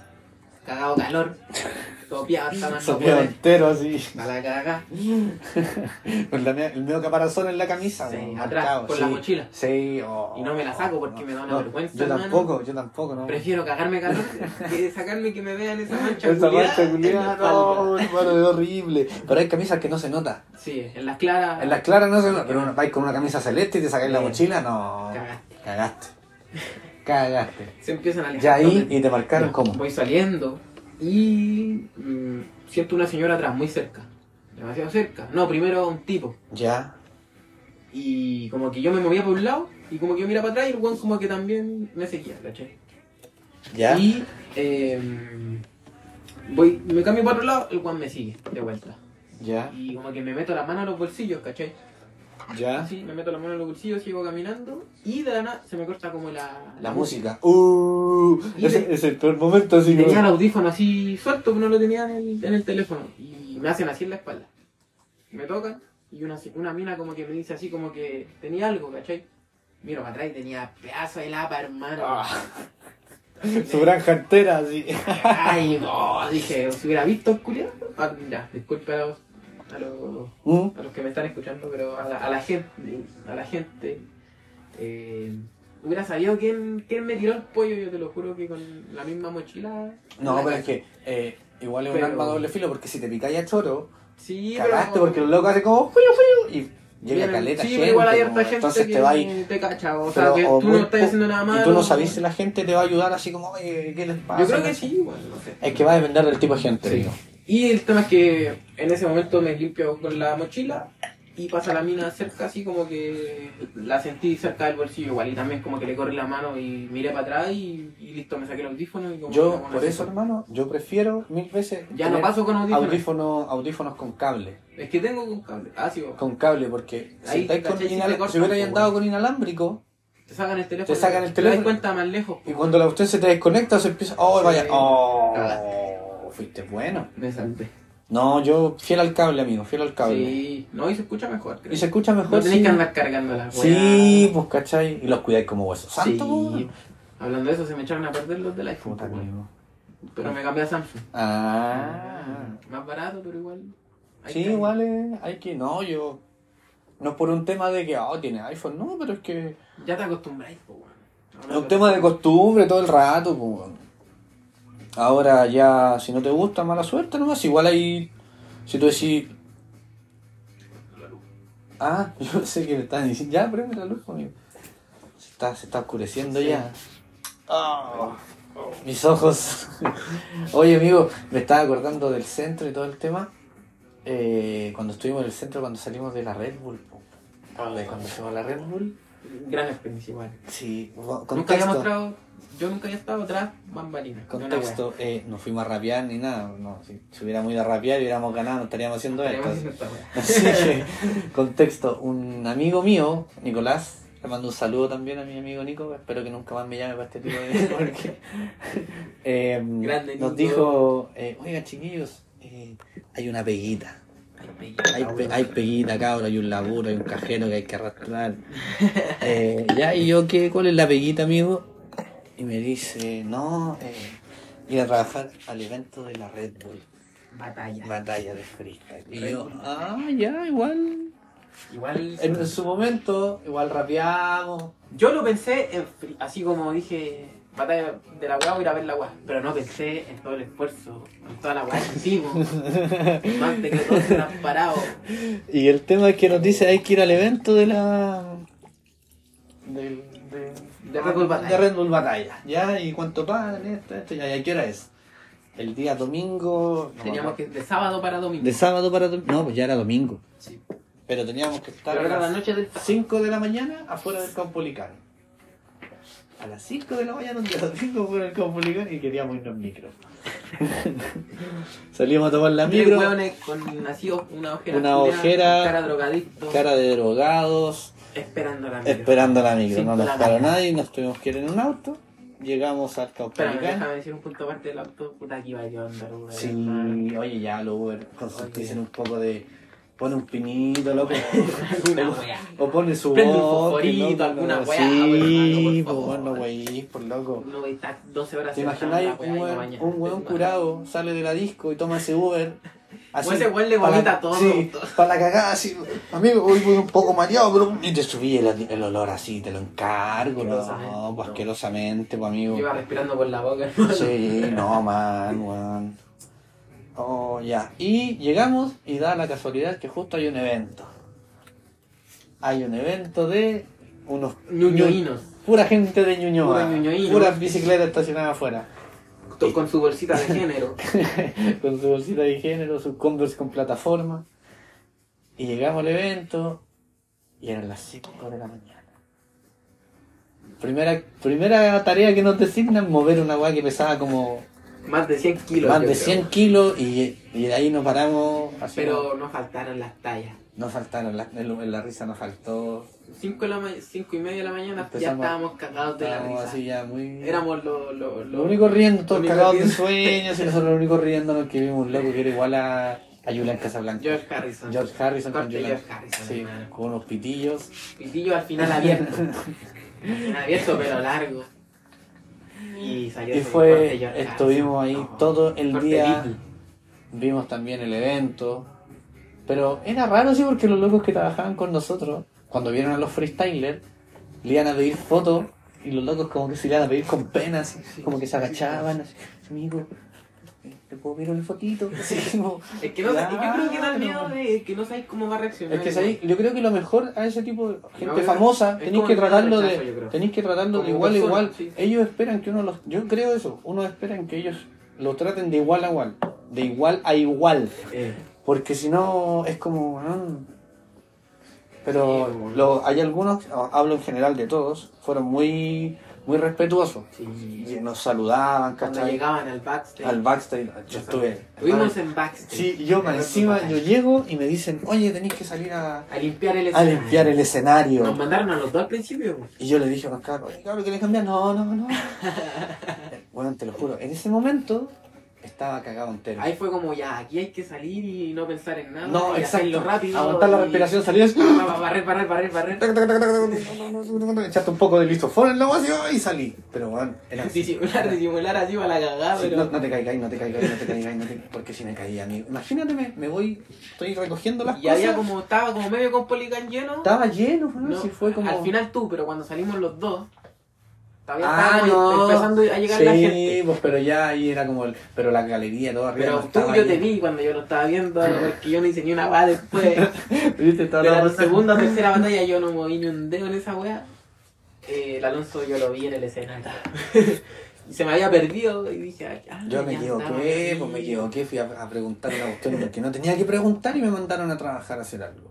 Speaker 2: Cagado calor. Sopeado hasta más no
Speaker 1: Sopeado
Speaker 2: poder.
Speaker 1: entero así. (laughs)
Speaker 2: A la cagá.
Speaker 1: Con la mea- el medio caparazón en la camisa.
Speaker 2: Sí,
Speaker 1: pues,
Speaker 2: atrás,
Speaker 1: marcado,
Speaker 2: por
Speaker 1: sí.
Speaker 2: la mochila.
Speaker 1: Sí, oh,
Speaker 2: Y no me la saco porque
Speaker 1: no,
Speaker 2: me da una
Speaker 1: no,
Speaker 2: vergüenza,
Speaker 1: Yo
Speaker 2: hermano.
Speaker 1: tampoco, yo tampoco, no.
Speaker 2: Prefiero cagarme calor que sacarme que me vean esa mancha
Speaker 1: Esa
Speaker 2: culiada
Speaker 1: mancha
Speaker 2: en la
Speaker 1: culiada,
Speaker 2: espalda.
Speaker 1: no, hermano, es horrible. Pero hay camisas que no se nota.
Speaker 2: Sí, en las claras.
Speaker 1: En las claras no se nota, pero una- vais con una camisa celeste y te sacáis la mochila, no.
Speaker 2: Cagaste.
Speaker 1: Cagaste. Cagaste.
Speaker 2: Se empiezan a alejar.
Speaker 1: Ya ahí
Speaker 2: Entonces,
Speaker 1: y te marcaron
Speaker 2: ya,
Speaker 1: como.
Speaker 2: Voy saliendo y mm, siento una señora atrás, muy cerca. Demasiado cerca. No, primero un tipo.
Speaker 1: Ya.
Speaker 2: Y como que yo me movía por un lado y como que yo miraba para atrás y el weón como que también me seguía, ¿cachai?
Speaker 1: Ya.
Speaker 2: Y em, voy, me cambio para otro lado, el weón me sigue de vuelta.
Speaker 1: Ya.
Speaker 2: Y como que me meto la mano a los bolsillos, ¿cachai?
Speaker 1: Ya.
Speaker 2: Así, me meto la mano a los bolsillos, sigo caminando y de la nada se me corta como la,
Speaker 1: La música. Uh,
Speaker 2: Y
Speaker 1: ese
Speaker 2: de-
Speaker 1: es el peor momento así.
Speaker 2: Tenía el
Speaker 1: como-
Speaker 2: audífono así suelto, pero no lo tenía en el, en el teléfono. Y me hacen así en la espalda. Me tocan y una, una mina como que me dice así como que tenía algo, ¿cachai? Miro para atrás y tenía pedazo de lapa, hermano.
Speaker 1: Ah, su granja entera
Speaker 2: (laughs)
Speaker 1: así. (laughs)
Speaker 2: Ay, no, dije, si hubiera visto, culiado. Ah, ya, disculpe a los, a los,
Speaker 1: Mm,
Speaker 2: a los que me están escuchando, pero a la, a la gente, a la gente. eh, hubiera sabido quién, quién me tiró el pollo, yo te lo juro que con la misma mochila.
Speaker 1: No,
Speaker 2: la
Speaker 1: pero es
Speaker 2: cagué.
Speaker 1: que eh, igual es un
Speaker 2: Pero-
Speaker 1: arma de doble filo porque si te picáis a choro,
Speaker 2: Sí,
Speaker 1: cagaste
Speaker 2: pero...
Speaker 1: porque el loco hace como fuyo, fuyo y llega
Speaker 2: Vienen-
Speaker 1: caleta.
Speaker 2: Sí,
Speaker 1: gente,
Speaker 2: pero igual hay harta
Speaker 1: como,
Speaker 2: gente
Speaker 1: entonces
Speaker 2: que
Speaker 1: te vais.
Speaker 2: te cacha, o
Speaker 1: Pero,
Speaker 2: sea, que
Speaker 1: o
Speaker 2: tú
Speaker 1: muy
Speaker 2: no estás diciendo nada malo.
Speaker 1: Y tú no sabes si la gente te va a ayudar así como, oye, ¿qué les pasa?
Speaker 2: Yo creo que sí, bueno, no sé.
Speaker 1: Es que va a depender del tipo de gente,
Speaker 2: Sí.
Speaker 1: digo.
Speaker 2: Y el tema es que en ese momento me limpio con la mochila y pasa la mina cerca, así como que la sentí cerca del bolsillo igual, y también como que le corre la mano y miré para atrás y, y listo, me saqué el audífono y como...
Speaker 1: Yo,
Speaker 2: como
Speaker 1: por
Speaker 2: así.
Speaker 1: eso, hermano, yo prefiero mil veces
Speaker 2: Ya no
Speaker 1: tener
Speaker 2: paso con audífono.
Speaker 1: audífonos, audífonos con cable.
Speaker 2: Es que tengo un cable. Ah, sí, vos.
Speaker 1: Con cable, porque si,
Speaker 2: Ahí,
Speaker 1: estáis con
Speaker 2: ¿cachai? Si te
Speaker 1: inal-
Speaker 2: cortan,
Speaker 1: si hubierais
Speaker 2: pues,
Speaker 1: andado con inalámbrico
Speaker 2: Te sacan el teléfono.
Speaker 1: Te sacan el
Speaker 2: Te
Speaker 1: teléfono.
Speaker 2: das cuenta más lejos.
Speaker 1: y cuando la usted se te desconecta, se empieza, oh,
Speaker 2: Sí.
Speaker 1: vaya, oh,
Speaker 2: Cagaste.
Speaker 1: fuiste bueno.
Speaker 2: Me salvé.
Speaker 1: No, yo fiel al cable, amigo, fiel al cable.
Speaker 2: Sí. No, y se escucha mejor, creo.
Speaker 1: Y se escucha mejor.
Speaker 2: No tenés
Speaker 1: sí.
Speaker 2: que andar cargando las
Speaker 1: Sí, pues, ¿cachai? Y los cuidáis como huesos. Santo,
Speaker 2: Sí. Hablando de eso, se me echaron a perder los del iPhone.
Speaker 1: Puta,
Speaker 2: pues, weón.
Speaker 1: amigo.
Speaker 2: Pero me cambié a Samsung.
Speaker 1: Ah.
Speaker 2: Más barato, pero igual. hay
Speaker 1: Sí,
Speaker 2: que-
Speaker 1: igual es- hay que. No, yo. No es por un tema de que, oh, tiene iPhone, no, pero es que.
Speaker 2: Ya te acostumbráis, pues, weón.
Speaker 1: Es un tema de costumbre todo el rato, pues. weón. Ahora ya, si no te gusta, mala suerte nomás. Igual hay. Si tú decís. Ah, (laughs) yo sé que me están diciendo. Ya, prende la luz, amigo. Se está, se está oscureciendo
Speaker 2: Sí.
Speaker 1: ya. Ah, mis ojos. (laughs) Oye, amigo, me estaba acordando del centro y todo el tema. Eh, cuando estuvimos en el centro, cuando salimos de la Red Bull. po. De cuando fuimos a la Red Bull.
Speaker 2: Gran experiencia, igual.
Speaker 1: Sí, contexto.
Speaker 2: Nunca había mostrado. Yo nunca había estado atrás bambalina.
Speaker 1: Contexto, eh, no fuimos a rapear ni nada. No, si, si hubiéramos ido a rapear y hubiéramos ganado, no estaríamos haciendo esto. Así que, contexto, un amigo mío, Nicolás, le mando un saludo también a mi amigo Nico, espero que nunca más me llame para este tipo de... (laughs) Porque, eh,
Speaker 2: Grande, Nico.
Speaker 1: nos dijo, eh, oigan chiquillos, eh, hay una peguita, hay, pe- hay peguita, cabrón, hay un laburo, hay un cajero que hay que
Speaker 2: (laughs)
Speaker 1: arrastrar. Eh, ya, y yo, ¿qué, ¿cuál es la peguita, amigo? Y me dice, no, eh, ir a trabajar al evento de la Red Bull,
Speaker 2: Batalla.
Speaker 1: batalla de freestyle. Y
Speaker 2: Red
Speaker 1: yo,
Speaker 2: Bull.
Speaker 1: ah, ya, igual.
Speaker 2: Igual.
Speaker 1: En su momento, igual rapeamos.
Speaker 2: Yo lo pensé en fri- así como dije, batalla de la weá, voy a ir a ver la weá. Pero no pensé en todo el esfuerzo, en toda la weá
Speaker 1: (laughs)
Speaker 2: que hicimos. Más de que todos están parados.
Speaker 1: Y el tema es que nos dice hay que ir al evento de la del- de,
Speaker 2: Ah, De Red Bull Batalla.
Speaker 1: de Red Bull Batalla. ¿Ya? ¿Y cuánto pagan? Esto, esto, ya, ¿Y a qué hora es? El día domingo. no me
Speaker 2: Teníamos
Speaker 1: acuerdo.
Speaker 2: que de sábado para domingo.
Speaker 1: De sábado para domingo. No, pues ya era domingo.
Speaker 2: Sí.
Speaker 1: Pero teníamos que estar
Speaker 2: Pero
Speaker 1: a
Speaker 2: era la
Speaker 1: las
Speaker 2: noche del
Speaker 1: 5 de la mañana afuera del Caupolicán. A las 5 de la mañana, un día domingo, afuera del Caupolicán y queríamos irnos en (laughs) micro. Salimos a tomar la
Speaker 2: Tres
Speaker 1: micro.
Speaker 2: hueones con así o- una ojera.
Speaker 1: Una
Speaker 2: culia,
Speaker 1: ojera,
Speaker 2: Cara drogadicto.
Speaker 1: Cara de drogados.
Speaker 2: Esperando la micro.
Speaker 1: esperando a la micro.
Speaker 2: Cinco
Speaker 1: No
Speaker 2: de
Speaker 1: nos
Speaker 2: la
Speaker 1: paró
Speaker 2: mañana.
Speaker 1: nadie, nos tuvimos que ir en un auto. Llegamos al
Speaker 2: Espérame,
Speaker 1: Caupolicán.
Speaker 2: déjame decir un punto aparte del auto. Puta, aquí va yo a andar. weón.
Speaker 1: Sí, oye, ya lo Uber, consentís en un poco de. Pone un pinito,
Speaker 2: (laughs)
Speaker 1: loco.
Speaker 2: (laughs) Alguna wea.
Speaker 1: o pone su
Speaker 2: Prende un
Speaker 1: voz.
Speaker 2: fosforito,
Speaker 1: loco,
Speaker 2: alguna
Speaker 1: no,
Speaker 2: weá,
Speaker 1: Sí,
Speaker 2: weón,
Speaker 1: pues
Speaker 2: por favor.
Speaker 1: bueno, güey, por loco.
Speaker 2: Uno que está 12 horas
Speaker 1: ¿Te
Speaker 2: sentado
Speaker 1: imagináis
Speaker 2: en la wea
Speaker 1: un
Speaker 2: y no
Speaker 1: weón,
Speaker 2: baña.
Speaker 1: un weón curado sale de la disco y toma ese
Speaker 2: (laughs)
Speaker 1: Uber?
Speaker 2: O ese weón le
Speaker 1: pa' la-
Speaker 2: vomita todo.
Speaker 1: Sí, para la cagada, así. Amigo, hoy voy un poco mareado, pero. Y te subí el, el olor así, te lo encargo, no,
Speaker 2: Asquerosamente.
Speaker 1: pues asquerosamente, pues amigo.
Speaker 2: Yo Iba respirando por la boca. (laughs)
Speaker 1: Sí, no, man, weón. Oh, ya. Y llegamos y da la casualidad que justo hay un evento. Hay un evento de unos...
Speaker 2: Ñuñoínos.
Speaker 1: Pura gente de Ñuñoa.
Speaker 2: Pura ñuñoínos.
Speaker 1: Puras bicicletas estacionadas afuera.
Speaker 2: To- Con su bolsita
Speaker 1: (laughs)
Speaker 2: de género.
Speaker 1: con su bolsita de género, sus Converse con plataforma. Y llegamos al evento y eran las 5 de la mañana. Primera, primera tarea que nos designan, mover una weá que pesaba como
Speaker 2: Más de 100 kilos.
Speaker 1: más
Speaker 2: yo
Speaker 1: de
Speaker 2: creo.
Speaker 1: 100 kilos y, y de ahí nos paramos. Así
Speaker 2: Pero no faltaron las tallas.
Speaker 1: no faltaron, la, en lo- en la risa nos faltó.
Speaker 2: 5 de la ma- cinco y media de la mañana ya
Speaker 1: Empezamos-
Speaker 2: estábamos cagados de la
Speaker 1: Estábamos
Speaker 2: risa.
Speaker 1: así ya muy.
Speaker 2: Éramos los lo,
Speaker 1: los únicos riendo, todos
Speaker 2: únicos
Speaker 1: cagados de
Speaker 2: riendo. (laughs)
Speaker 1: sueños y nosotros los únicos riéndonos que vimos un loco que era igual a, a Julian Casablanca.
Speaker 2: George Harrison.
Speaker 1: George Harrison con
Speaker 2: Corte
Speaker 1: Julian.
Speaker 2: George Harrison,
Speaker 1: Sí,
Speaker 2: hermano.
Speaker 1: con unos pitillos.
Speaker 2: Pitillo al final abierto. Al final abierto pero largo. Y salió
Speaker 1: Y
Speaker 2: ese
Speaker 1: fue,
Speaker 2: corte George
Speaker 1: estuvimos ahí
Speaker 2: Harrison. No,
Speaker 1: todo el
Speaker 2: corte
Speaker 1: día,
Speaker 2: Beatle.
Speaker 1: vimos también el evento, pero era raro sí porque los locos que trabajaban con nosotros, cuando vieron a los freestylers, le iban a pedir fotos y los locos como que se le iban a pedir con penas, como que se agachaban, así, amigo, ¿te puedo pedir una fotito? (laughs) Así como-
Speaker 2: Es que no sé, yo creo que da el miedo
Speaker 1: Claro.
Speaker 2: de que no sabéis cómo va a reaccionar.
Speaker 1: Es que sabéis, yo creo que lo mejor a ese tipo de gente
Speaker 2: Yo creo-
Speaker 1: famosa
Speaker 2: es
Speaker 1: tenéis
Speaker 2: como
Speaker 1: que
Speaker 2: el gran
Speaker 1: tratarlo
Speaker 2: rechazo, yo
Speaker 1: de
Speaker 2: creo.
Speaker 1: tenéis que tratarlo de
Speaker 2: Como
Speaker 1: igual a
Speaker 2: persona,
Speaker 1: igual.
Speaker 2: sí.
Speaker 1: Ellos esperan que uno los yo creo eso, uno esperan que ellos lo traten de igual a igual, de igual a igual,
Speaker 2: Eh,
Speaker 1: porque si no es como mm. pero
Speaker 2: Sí, bueno.
Speaker 1: lo- hay algunos, hablo en general de todos, fueron muy muy respetuosos.
Speaker 2: sí.
Speaker 1: Y nos saludaban,
Speaker 2: Cuando
Speaker 1: ¿cachai?
Speaker 2: llegaban al backstage.
Speaker 1: Al backstage, yo
Speaker 2: Yo
Speaker 1: estuve.
Speaker 2: Estuvimos en backstage.
Speaker 1: Sí, yo más
Speaker 2: En
Speaker 1: encima
Speaker 2: otro
Speaker 1: yo
Speaker 2: backstage.
Speaker 1: llego y me dicen, "Oye, tenéis que salir a
Speaker 2: A limpiar el
Speaker 1: a limpiar el escenario.
Speaker 2: Nos mandaron a los dos al principio. pues. po.
Speaker 1: Y yo le dije a Oscar, oye, cabrón, ¿querés cambiar? No, no,
Speaker 2: (laughs)
Speaker 1: no. bueno, te lo juro, en ese momento estaba cagado entero.
Speaker 2: Ahí fue como ya, aquí hay que salir y no pensar en nada.
Speaker 1: no,
Speaker 2: y
Speaker 1: exacto.
Speaker 2: hacerlo rápido.
Speaker 1: Aguantar la
Speaker 2: y-
Speaker 1: respiración, salir así,
Speaker 2: Pa, pa, pa, Barrer, barrer, barrer, barrer.
Speaker 1: tac, tac, tac, tac, tac, Echaste un poco de listofón en la voz y ay, salí. Pero bueno, era así.
Speaker 2: (laughs) Disimular, disimular así para la cagada,
Speaker 1: Sí,
Speaker 2: ah, pero.
Speaker 1: no, no te caigáis, no te caigáis, no te caigáis, no te Porque si me caía, amigo. Imagínate, me, me voy, estoy recogiendo las
Speaker 2: Y
Speaker 1: cosas.
Speaker 2: había como, estaba como medio con policán lleno.
Speaker 1: Estaba lleno, ¿no?
Speaker 2: No,
Speaker 1: si fue como...
Speaker 2: Al final tú, pero cuando salimos los dos, todavía
Speaker 1: Ah,
Speaker 2: estábamos
Speaker 1: no.
Speaker 2: empezando a llegar
Speaker 1: sí,
Speaker 2: la gente.
Speaker 1: pues pero ya ahí era como el... Pero la galería, todo arriba.
Speaker 2: Pero
Speaker 1: no
Speaker 2: tú
Speaker 1: estaba
Speaker 2: yo
Speaker 1: lleno.
Speaker 2: te vi cuando yo lo estaba viendo, porque yo no hice ni una
Speaker 1: (laughs)
Speaker 2: va después.
Speaker 1: ¿Viste? Estaba
Speaker 2: De
Speaker 1: la
Speaker 2: la
Speaker 1: bolsa.
Speaker 2: segunda
Speaker 1: (laughs)
Speaker 2: o tercera batalla yo no moví ni un dedo en esa wea. Eh, el Alonso yo lo vi en
Speaker 1: (laughs)
Speaker 2: el escenario. Y se me había perdido y dije, ay, ah,
Speaker 1: Yo me
Speaker 2: ya andaba
Speaker 1: equivoqué,
Speaker 2: aquí.
Speaker 1: pues me equivoqué, fui a, a preguntar una cuestión porque no tenía que preguntar y me mandaron a trabajar a hacer algo.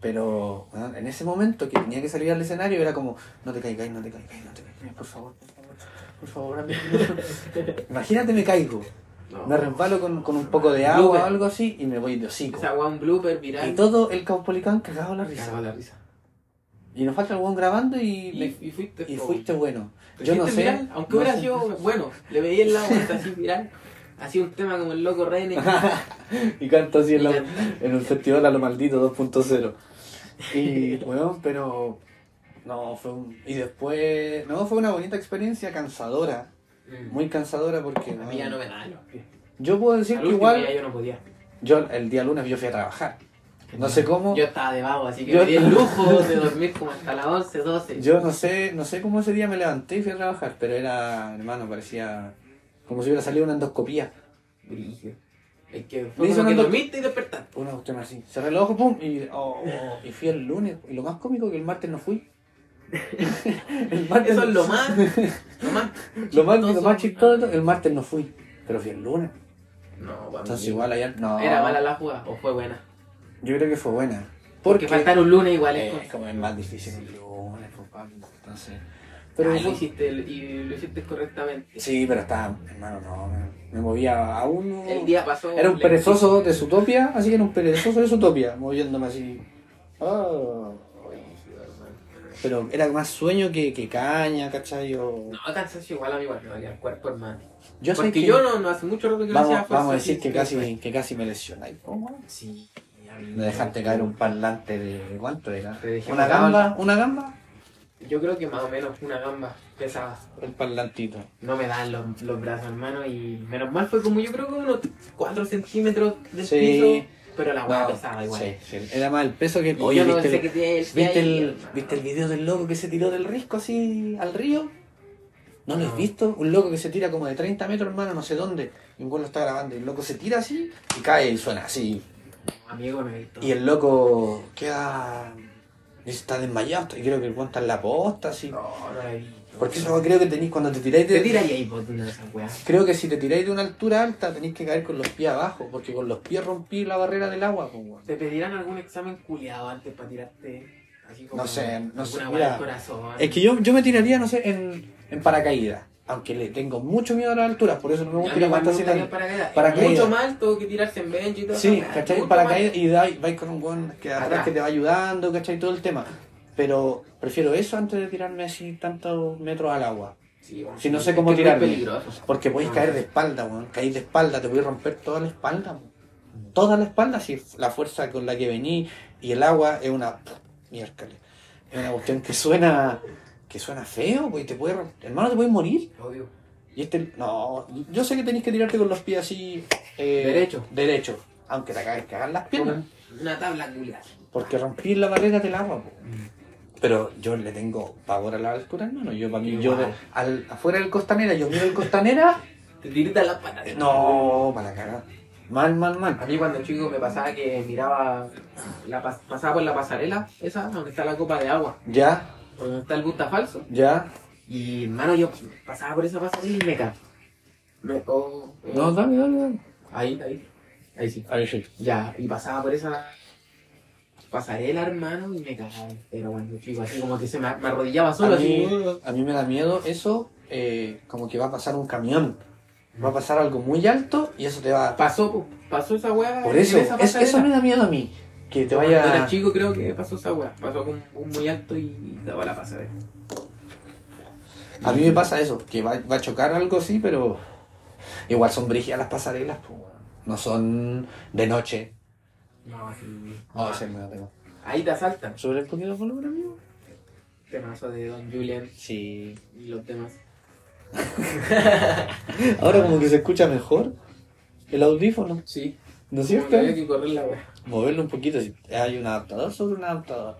Speaker 1: Pero weón, en ese momento que tenía que salir al escenario era como, no te caigáis, no te caigáis, no te caigáis, por favor, por favor, por favor,
Speaker 2: (laughs)
Speaker 1: amigo. Imagínate me caigo,
Speaker 2: No.
Speaker 1: me resbalo con, con un poco de agua
Speaker 2: Blooper.
Speaker 1: o algo así y me voy de hocico.
Speaker 2: Esa wea un blooper
Speaker 1: Y
Speaker 2: viral.
Speaker 1: todo el caupolicán cagado la
Speaker 2: Me
Speaker 1: risa.
Speaker 2: cagó la risa.
Speaker 1: Y nos falta el weón grabando y,
Speaker 2: Y,
Speaker 1: me-
Speaker 2: y fuiste.
Speaker 1: y
Speaker 2: po.
Speaker 1: fuiste bueno.
Speaker 2: ¿Te
Speaker 1: Yo no
Speaker 2: hiciste
Speaker 1: sé.
Speaker 2: viral? Aunque
Speaker 1: no
Speaker 2: hubiera
Speaker 1: sé.
Speaker 2: sido bueno, le veía el lado hasta así viral. Así un tema como el
Speaker 1: (laughs)
Speaker 2: loco René.
Speaker 1: Y canto así en, la-
Speaker 2: Y
Speaker 1: en el festival a lo maldito 2.0.
Speaker 2: (laughs)
Speaker 1: Y, weón, pero. No, fue un. Y después. No, fue una bonita experiencia cansadora. Muy cansadora porque.
Speaker 2: Mm. A mí ya no me daban los pies.
Speaker 1: Yo puedo
Speaker 2: Al
Speaker 1: decir que
Speaker 2: último
Speaker 1: igual.
Speaker 2: ya yo no podía.
Speaker 1: Yo el día lunes yo fui a trabajar. No sé cómo.
Speaker 2: Yo estaba de vago, así que
Speaker 1: Yo-
Speaker 2: me di el lujo
Speaker 1: (laughs)
Speaker 2: de dormir como hasta las 11, 12.
Speaker 1: Yo no sé, no sé cómo ese día me levanté y fui a trabajar, pero era, hermano, parecía como si hubiera salido una endoscopía.
Speaker 2: Brígido. Es que
Speaker 1: Me
Speaker 2: fue
Speaker 1: hizo
Speaker 2: como que
Speaker 1: una-
Speaker 2: dormiste y despertaste.
Speaker 1: Una cuestión así. Cerré los ojos, pum, y, oh, oh, y fui (laughs) el lunes. Y lo más cómico que el martes no fui. El martes-
Speaker 2: Eso es lo más.
Speaker 1: (laughs)
Speaker 2: Lo más.
Speaker 1: Lo más, lo
Speaker 2: chistoso.
Speaker 1: más chistoso, el martes no fui, pero fui el lunes.
Speaker 2: No, para
Speaker 1: Entonces
Speaker 2: mí.
Speaker 1: igual ayer no.
Speaker 2: ¿Era mala la jugada o fue buena?
Speaker 1: Yo creo que fue buena.
Speaker 2: Porque faltar un lunes pues. igual
Speaker 1: eh,
Speaker 2: es cosa.
Speaker 1: como es más difícil el lunes, pues, Pablo, Entonces.
Speaker 2: Pero
Speaker 1: Pero
Speaker 2: "Ah, lo hiciste y lo hiciste correctamente.
Speaker 1: Sí, pero estaba, hermano, no, me, me movía a uno.
Speaker 2: El día pasó.
Speaker 1: Mm. Era un
Speaker 2: lento.
Speaker 1: perezoso de Zootopia, así que era un perezoso de Zootopia, moviéndome así. Ah. Pero era más sueño que, que caña, ¿cachai? Yo,
Speaker 2: No, cansancio igual a mí igual me dolía el cuerpo, hermano.
Speaker 1: yo sé
Speaker 2: Porque
Speaker 1: que-
Speaker 2: yo no, no hace mucho rato que no hacía
Speaker 1: Vamos,
Speaker 2: fuerza
Speaker 1: vamos a decir que
Speaker 2: física.
Speaker 1: casi, que casi me lesionáis.
Speaker 2: Sí. a mí-
Speaker 1: Me dejaste caer un parlante de. ¿Cuánto era?
Speaker 2: Te dejé
Speaker 1: ¿Una
Speaker 2: una gamba.
Speaker 1: gamba? ¿Una gamba?
Speaker 2: Yo creo que más o menos una gamba pesada.
Speaker 1: El parlantito.
Speaker 2: No me dan los, los brazos, hermano, y menos mal fue como yo creo que unos 4 centímetros de
Speaker 1: Sí.
Speaker 2: piso, pero la hueá
Speaker 1: No,
Speaker 2: pesaba igual.
Speaker 1: sí, sí. Era más el peso que.
Speaker 2: Y
Speaker 1: Oye,
Speaker 2: yo no
Speaker 1: ¿viste,
Speaker 2: sé
Speaker 1: el,
Speaker 2: qué tiene el
Speaker 1: ¿viste,
Speaker 2: pie ahí,
Speaker 1: el,
Speaker 2: hermano.
Speaker 1: ¿viste el video del loco que se tiró del risco así al río? ¿No lo has
Speaker 2: No.
Speaker 1: visto? Un loco que se tira como de 30 metros, hermano, no sé dónde. Y un güey lo está grabando. Y el loco se tira así y cae y suena así.
Speaker 2: Amigo, no he visto.
Speaker 1: Y el loco queda. Está desmayado. Y creo que el güey está en la posta así.
Speaker 2: No, no lo he visto.
Speaker 1: Porque eso creo que tenéis cuando te tiráis
Speaker 2: Te
Speaker 1: de.
Speaker 2: tiraría ahí por una de esas weas.
Speaker 1: Creo que si te tiráis de una altura alta tenéis que caer con los pies abajo, porque con los pies rompí la barrera del agua, pues, weón.
Speaker 2: ¿Te pedirán algún examen culiado antes para tirarte? Así como
Speaker 1: No sé, no
Speaker 2: alguna
Speaker 1: sé,
Speaker 2: weá
Speaker 1: mira.
Speaker 2: del corazón.
Speaker 1: Es que yo, yo me tiraría, no sé, en, en paracaídas. Aunque le tengo mucho miedo a las alturas, por eso no me
Speaker 2: A
Speaker 1: gusta
Speaker 2: mí
Speaker 1: ir a
Speaker 2: igual me
Speaker 1: cuantas
Speaker 2: gustaría
Speaker 1: citas.
Speaker 2: el paracaídas. Es
Speaker 1: Paracaídas.
Speaker 2: Mucho más alto que tirarse en bench y todo
Speaker 1: Sí,
Speaker 2: eso.
Speaker 1: ¿cachai? En
Speaker 2: Mucho
Speaker 1: paracaídas
Speaker 2: más.
Speaker 1: y dais- vais con un buen que atrás
Speaker 2: Atrás.
Speaker 1: que te va ayudando, ¿cachai? Todo el tema. Pero prefiero eso antes de tirarme así tantos metros al agua.
Speaker 2: Sí, bueno,
Speaker 1: Si no sé
Speaker 2: es
Speaker 1: cómo
Speaker 2: que es muy
Speaker 1: tirarme.
Speaker 2: peligroso.
Speaker 1: Porque podéis
Speaker 2: No.
Speaker 1: caer de espalda, weón. Caís de espalda, te voy a romper toda la espalda, weón. Toda la espalda, si la fuerza con la que vení y el agua es una. (laughs) Miércale. Es una cuestión que suena. que suena feo, pues y te puede. Hermano, te puedes morir.
Speaker 2: Obvio.
Speaker 1: Y este. No, yo sé que tenéis que tirarte con los pies así. eh,
Speaker 2: Derecho.
Speaker 1: Derecho. Aunque te cagas, cagan las piernas.
Speaker 2: Una, una tabla culiada.
Speaker 1: Porque rompí la barrera del agua, po. Pero yo le tengo pavor a la altura, hermano. Yo, para mí, yo
Speaker 2: Igual.
Speaker 1: de- al, afuera del costanera, yo miro el costanera
Speaker 2: Te tiras las patas.
Speaker 1: no, para la cagada. Mal, mal,
Speaker 2: A
Speaker 1: mal.
Speaker 2: mí cuando chico me pasaba que miraba, la pas- pasaba por la pasarela, esa, donde está la copa de agua,
Speaker 1: Ya,
Speaker 2: donde está el busta falso.
Speaker 1: ya.
Speaker 2: Y hermano, yo pasaba por esa pasarela y me caí. Me oh, eh,
Speaker 1: dame, dame, dame.
Speaker 2: Ahí, ahí. Ahí sí.
Speaker 1: Ahí sí.
Speaker 2: Ya, y pasaba por esa pasarela, hermano, y me cagaba. Pero cuando chico, así como que se me, me arrodillaba
Speaker 1: A
Speaker 2: solo,
Speaker 1: mí,
Speaker 2: así.
Speaker 1: a mí me da miedo eso, eh, como que va a pasar un camión. Va a pasar algo muy alto y eso te va a...
Speaker 2: Pasó, po, pasó esa weá.
Speaker 1: Por
Speaker 2: en
Speaker 1: eso,
Speaker 2: esa
Speaker 1: es-
Speaker 2: pasarela.
Speaker 1: eso me da miedo a mí. Que te
Speaker 2: Cuando era
Speaker 1: vaya...
Speaker 2: chico creo que pasó esa weá. Pasó con un muy alto y daba la pasarela.
Speaker 1: A mí me pasa eso, que va, va a chocar algo así, pero... Igual son brígidas las pasarelas, pues, weón. No son de noche.
Speaker 2: No, así.
Speaker 1: No, ese me da tema.
Speaker 2: Ahí te asaltan.
Speaker 1: ¿Sobre el poquito de volumen, amigo?
Speaker 2: Temazo de Don Julian
Speaker 1: Sí.
Speaker 2: y los temas.
Speaker 1: Ahora como que se escucha mejor el audífono,
Speaker 2: Sí.
Speaker 1: ¿no es
Speaker 2: Como
Speaker 1: cierto?
Speaker 2: que había que correr la wea.
Speaker 1: moverlo un poquito. Si hay un adaptador sobre un adaptador.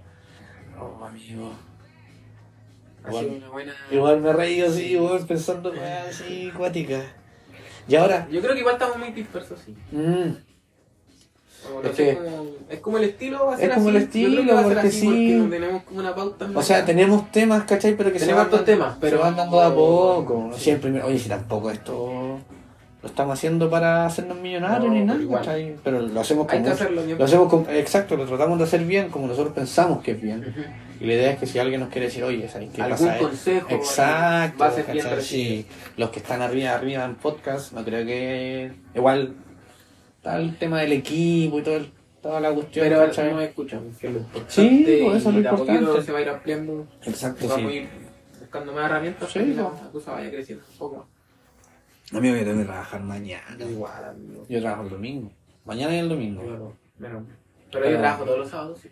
Speaker 1: Oh, amigo.
Speaker 2: Ha
Speaker 1: Igual.
Speaker 2: sido una buena.
Speaker 1: Igual me he reído así, weón, pensando weón, así, cuática. Y ahora,
Speaker 2: Yo creo que igual estamos muy dispersos, sí.
Speaker 1: mm,
Speaker 2: O
Speaker 1: Es
Speaker 2: sé,
Speaker 1: que-
Speaker 2: como- es como el estilo, va a
Speaker 1: Es
Speaker 2: ser
Speaker 1: como el
Speaker 2: así. Yo creo que
Speaker 1: estilo,
Speaker 2: va a ser
Speaker 1: porque
Speaker 2: así
Speaker 1: sí.
Speaker 2: no tenemos como una pauta.
Speaker 1: o sea, tenemos temas, ¿cachai? Pero que se
Speaker 2: Tenemos
Speaker 1: van,
Speaker 2: hartos temas, pero-
Speaker 1: se van dando de a poco.
Speaker 2: Sí.
Speaker 1: Si el primer- oye, si tampoco esto lo estamos haciendo para hacernos millonarios
Speaker 2: No,
Speaker 1: ni
Speaker 2: pero
Speaker 1: nada,
Speaker 2: igual.
Speaker 1: ¿cachai? Pero lo hacemos con
Speaker 2: hay que
Speaker 1: mucho-
Speaker 2: hacerlo bien.
Speaker 1: Lo hacemos con- exacto, lo tratamos de hacer bien como nosotros pensamos que es bien.
Speaker 2: Ujú.
Speaker 1: Y la idea es que si alguien nos quiere decir, oye, ¿sabes qué
Speaker 2: Algún
Speaker 1: pasa? esto?
Speaker 2: consejo
Speaker 1: Exacto,
Speaker 2: va a ser bien
Speaker 1: ¿cachai?
Speaker 2: recibido.
Speaker 1: Sí, los que están arriba, arriba en podcast, no creo que. Igual, está el tema del equipo y todo el- toda la cuestión.
Speaker 2: Pero
Speaker 1: ¿cachai?
Speaker 2: no me escuchan, que es lo importante.
Speaker 1: Sí, pues, eso es lo
Speaker 2: y de a poquito
Speaker 1: importante.
Speaker 2: se va a ir ampliando.
Speaker 1: Exacto,
Speaker 2: Vamos a
Speaker 1: sí.
Speaker 2: ir buscando más herramientas
Speaker 1: Sí,
Speaker 2: para que
Speaker 1: no.
Speaker 2: la cosa vaya creciendo un poco más.
Speaker 1: Amigo, yo tengo que trabajar mañana.
Speaker 2: Igual, amigo.
Speaker 1: Yo trabajo el domingo. Mañana y el domingo.
Speaker 2: Bueno, bueno. Pero yo trabajo todos los sábados, sí.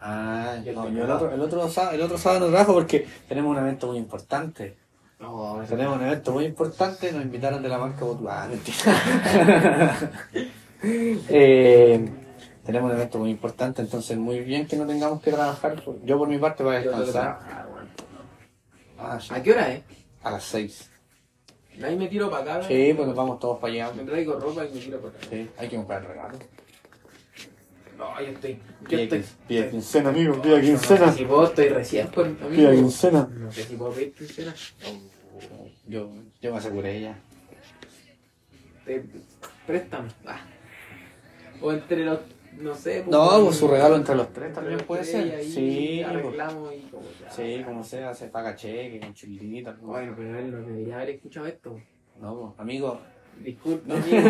Speaker 1: Ah,
Speaker 2: Y el
Speaker 1: no,
Speaker 2: domingo.
Speaker 1: yo el otro, el, otro sábado, el otro sábado no trabajo porque tenemos un evento muy importante.
Speaker 2: No, eso
Speaker 1: Tenemos un evento muy importante, nos invitaron de la marca Botuá, mentira. (laughs) Eh, tenemos un evento muy importante, entonces muy bien que no tengamos que trabajar. Yo por mi parte voy a
Speaker 2: Yo tengo que
Speaker 1: descansar.
Speaker 2: trabajar, weón.
Speaker 1: Ah, sí.
Speaker 2: ¿A qué hora es?
Speaker 1: A las 6.
Speaker 2: Ahí me tiro para acá. eh.
Speaker 1: Sí, pues nos vamos todos para allá.
Speaker 2: Me traigo ropa y me tiro para acá.
Speaker 1: Sí, hay que comprar regalo.
Speaker 2: No, yo estoy. Yo
Speaker 1: Pía
Speaker 2: estoy.
Speaker 1: quin- pía
Speaker 4: quincena, amigo,
Speaker 2: Yo
Speaker 4: pida
Speaker 2: No
Speaker 4: quincena.
Speaker 2: sé si vos estoy recién por amigo.
Speaker 4: Pida quincena.
Speaker 2: No sé si vos veis quincena.
Speaker 1: Oh, Yo, yo me aseguré ya.
Speaker 2: Te préstame. Ah. O entre los. No sé.
Speaker 1: No,
Speaker 2: pues,
Speaker 1: su regalo entre los tres también
Speaker 2: entre
Speaker 1: puede
Speaker 2: los
Speaker 1: ser.
Speaker 2: tres y
Speaker 1: Sí, pues.
Speaker 2: Arreglamos y como ya.
Speaker 1: sí, pues. como sea, se paga cheque, con chulita. algo.
Speaker 2: Bueno, pero él no debería haber escuchado esto.
Speaker 1: No, po, amigo. (laughs)
Speaker 2: Disculpe, amigo.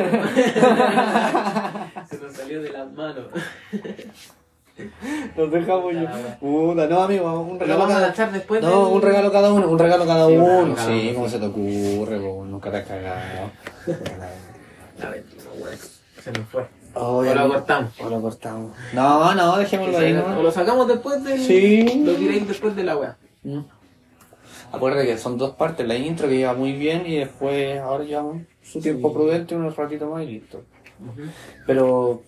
Speaker 2: Se nos salió de las manos.
Speaker 1: Nos dejamos
Speaker 2: ya.
Speaker 1: Puta, no, amigo, un
Speaker 2: Pero
Speaker 1: regalo
Speaker 2: vamos a
Speaker 1: cada
Speaker 2: lanzar después.
Speaker 1: No,
Speaker 2: del-
Speaker 1: un regalo cada uno, un regalo cada
Speaker 2: Sí, un regalo
Speaker 1: uno.
Speaker 2: cada
Speaker 1: Sí,
Speaker 2: uno,
Speaker 1: como
Speaker 2: sí.
Speaker 1: se te ocurre, po, nunca te has cagado.
Speaker 2: La ventana, güey. Se nos fue.
Speaker 1: Oh,
Speaker 2: O
Speaker 1: ya
Speaker 2: lo
Speaker 1: no-
Speaker 2: cortamos.
Speaker 1: O lo cortamos. No, no, dejémoslo ahí,
Speaker 2: O
Speaker 1: ¿no?
Speaker 2: lo sacamos después del.
Speaker 1: Sí.
Speaker 2: Lo tiráis después de la wea.
Speaker 1: Acuérdate que son dos partes, la intro que lleva muy bien y después ahora llevamos su tiempo
Speaker 2: Sí.
Speaker 1: prudente, unos ratitos más y listo. Pero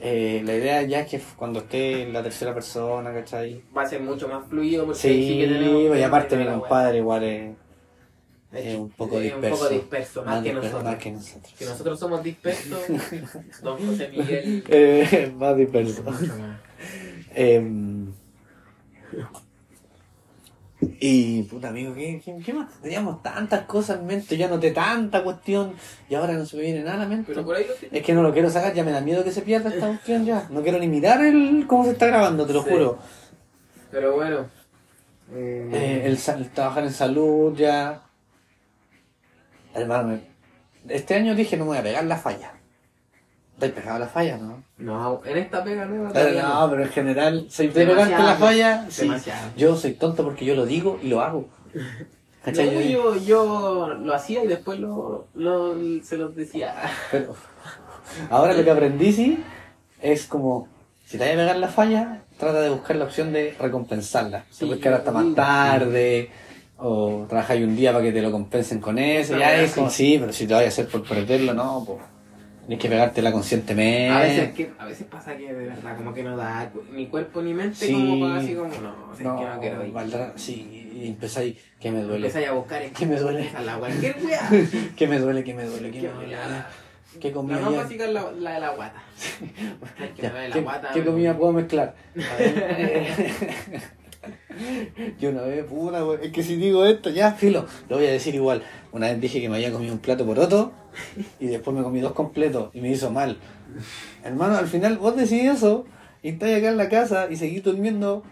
Speaker 1: eh, la idea ya es que cuando esté la tercera persona, ¿cachai?
Speaker 2: Va a ser mucho más fluido porque
Speaker 1: Sí,
Speaker 2: que tenemos-
Speaker 1: y aparte mi
Speaker 2: la wea.
Speaker 1: compadre igual es,
Speaker 2: De
Speaker 1: es
Speaker 2: hecho,
Speaker 1: Eh, un poco
Speaker 2: es
Speaker 1: disperso.
Speaker 2: Un poco disperso, más, que
Speaker 1: disperso,
Speaker 2: nosotros.
Speaker 1: más que nosotros.
Speaker 2: Si nosotros somos dispersos,
Speaker 1: (laughs)
Speaker 2: don José Miguel.
Speaker 1: Eh, (laughs) más disperso. Em, y puta amigo, ¿qué, qué, qué más? Teníamos tantas cosas en mente, yo anoté tanta cuestión y ahora no se me viene nada a la mente.
Speaker 2: Pero por ahí lo tienes.
Speaker 1: Es que no lo quiero sacar, ya me da miedo que se pierda esta cuestión ya. No quiero ni mirar el cómo se está grabando, te lo
Speaker 2: Sí.
Speaker 1: juro.
Speaker 2: Pero bueno.
Speaker 1: Eh, el, sa- el trabajar en salud ya. Hermano, este año dije no me voy a pegar la falla. ¿Te has pegado la falla, no?
Speaker 2: No, en esta pega nueva. todavía no.
Speaker 1: No, pero en general, soy de
Speaker 2: Demasiado.
Speaker 1: pegarte la falla, sí.
Speaker 2: Demasiado.
Speaker 1: Yo soy tonto porque yo lo digo y lo (laughs) hago. ¿Cachai?
Speaker 2: No,
Speaker 1: Yo-
Speaker 2: yo, yo lo hacía y después lo, lo- se los decía.
Speaker 1: Pero ahora lo que aprendí, sí, es como, si te vas a pegar la falla, trata de buscar la opción de recompensarla.
Speaker 2: Sí,
Speaker 1: Porque ahora hasta
Speaker 2: sí.
Speaker 1: más tarde, o trabajáis un día para que te lo compensen con eso.
Speaker 2: No,
Speaker 1: Ya
Speaker 2: no,
Speaker 1: es como,
Speaker 2: sí.
Speaker 1: sí, pero si te vas a hacer por perderlo, no, pues. Tienes que pegártela conscientemente.
Speaker 2: A veces, que, a veces pasa que de verdad como que no da cu- ni cuerpo ni mente
Speaker 1: Sí.
Speaker 2: como para así como no, o sea,
Speaker 1: no,
Speaker 2: es que no quiero ir.
Speaker 1: valdrá- sí, y empezáis, que me duele,
Speaker 2: Empezáis a buscar es
Speaker 1: que me duele,
Speaker 2: a
Speaker 1: (laughs)
Speaker 2: la cualquier wea.
Speaker 1: que me duele, que me duele, que
Speaker 2: Que
Speaker 1: me
Speaker 2: me
Speaker 1: duele.
Speaker 2: la-
Speaker 1: ¿Qué comí
Speaker 2: La más
Speaker 1: ayer?
Speaker 2: básica es la, la de la
Speaker 1: (laughs)
Speaker 2: guata. Ay, que
Speaker 1: Ya,
Speaker 2: me duele la
Speaker 1: ¿qué,
Speaker 2: guata.
Speaker 1: qué
Speaker 2: me-
Speaker 1: comida puedo mezclar? A ver. (laughs) Yo una vez, puta, weón, es que si digo esto, ya, filo, lo voy a decir igual. Una vez dije que me había comido un plato por otro y después me comí dos completos y me hizo mal. Hermano, al final vos decís eso y estás acá en la casa y seguís durmiendo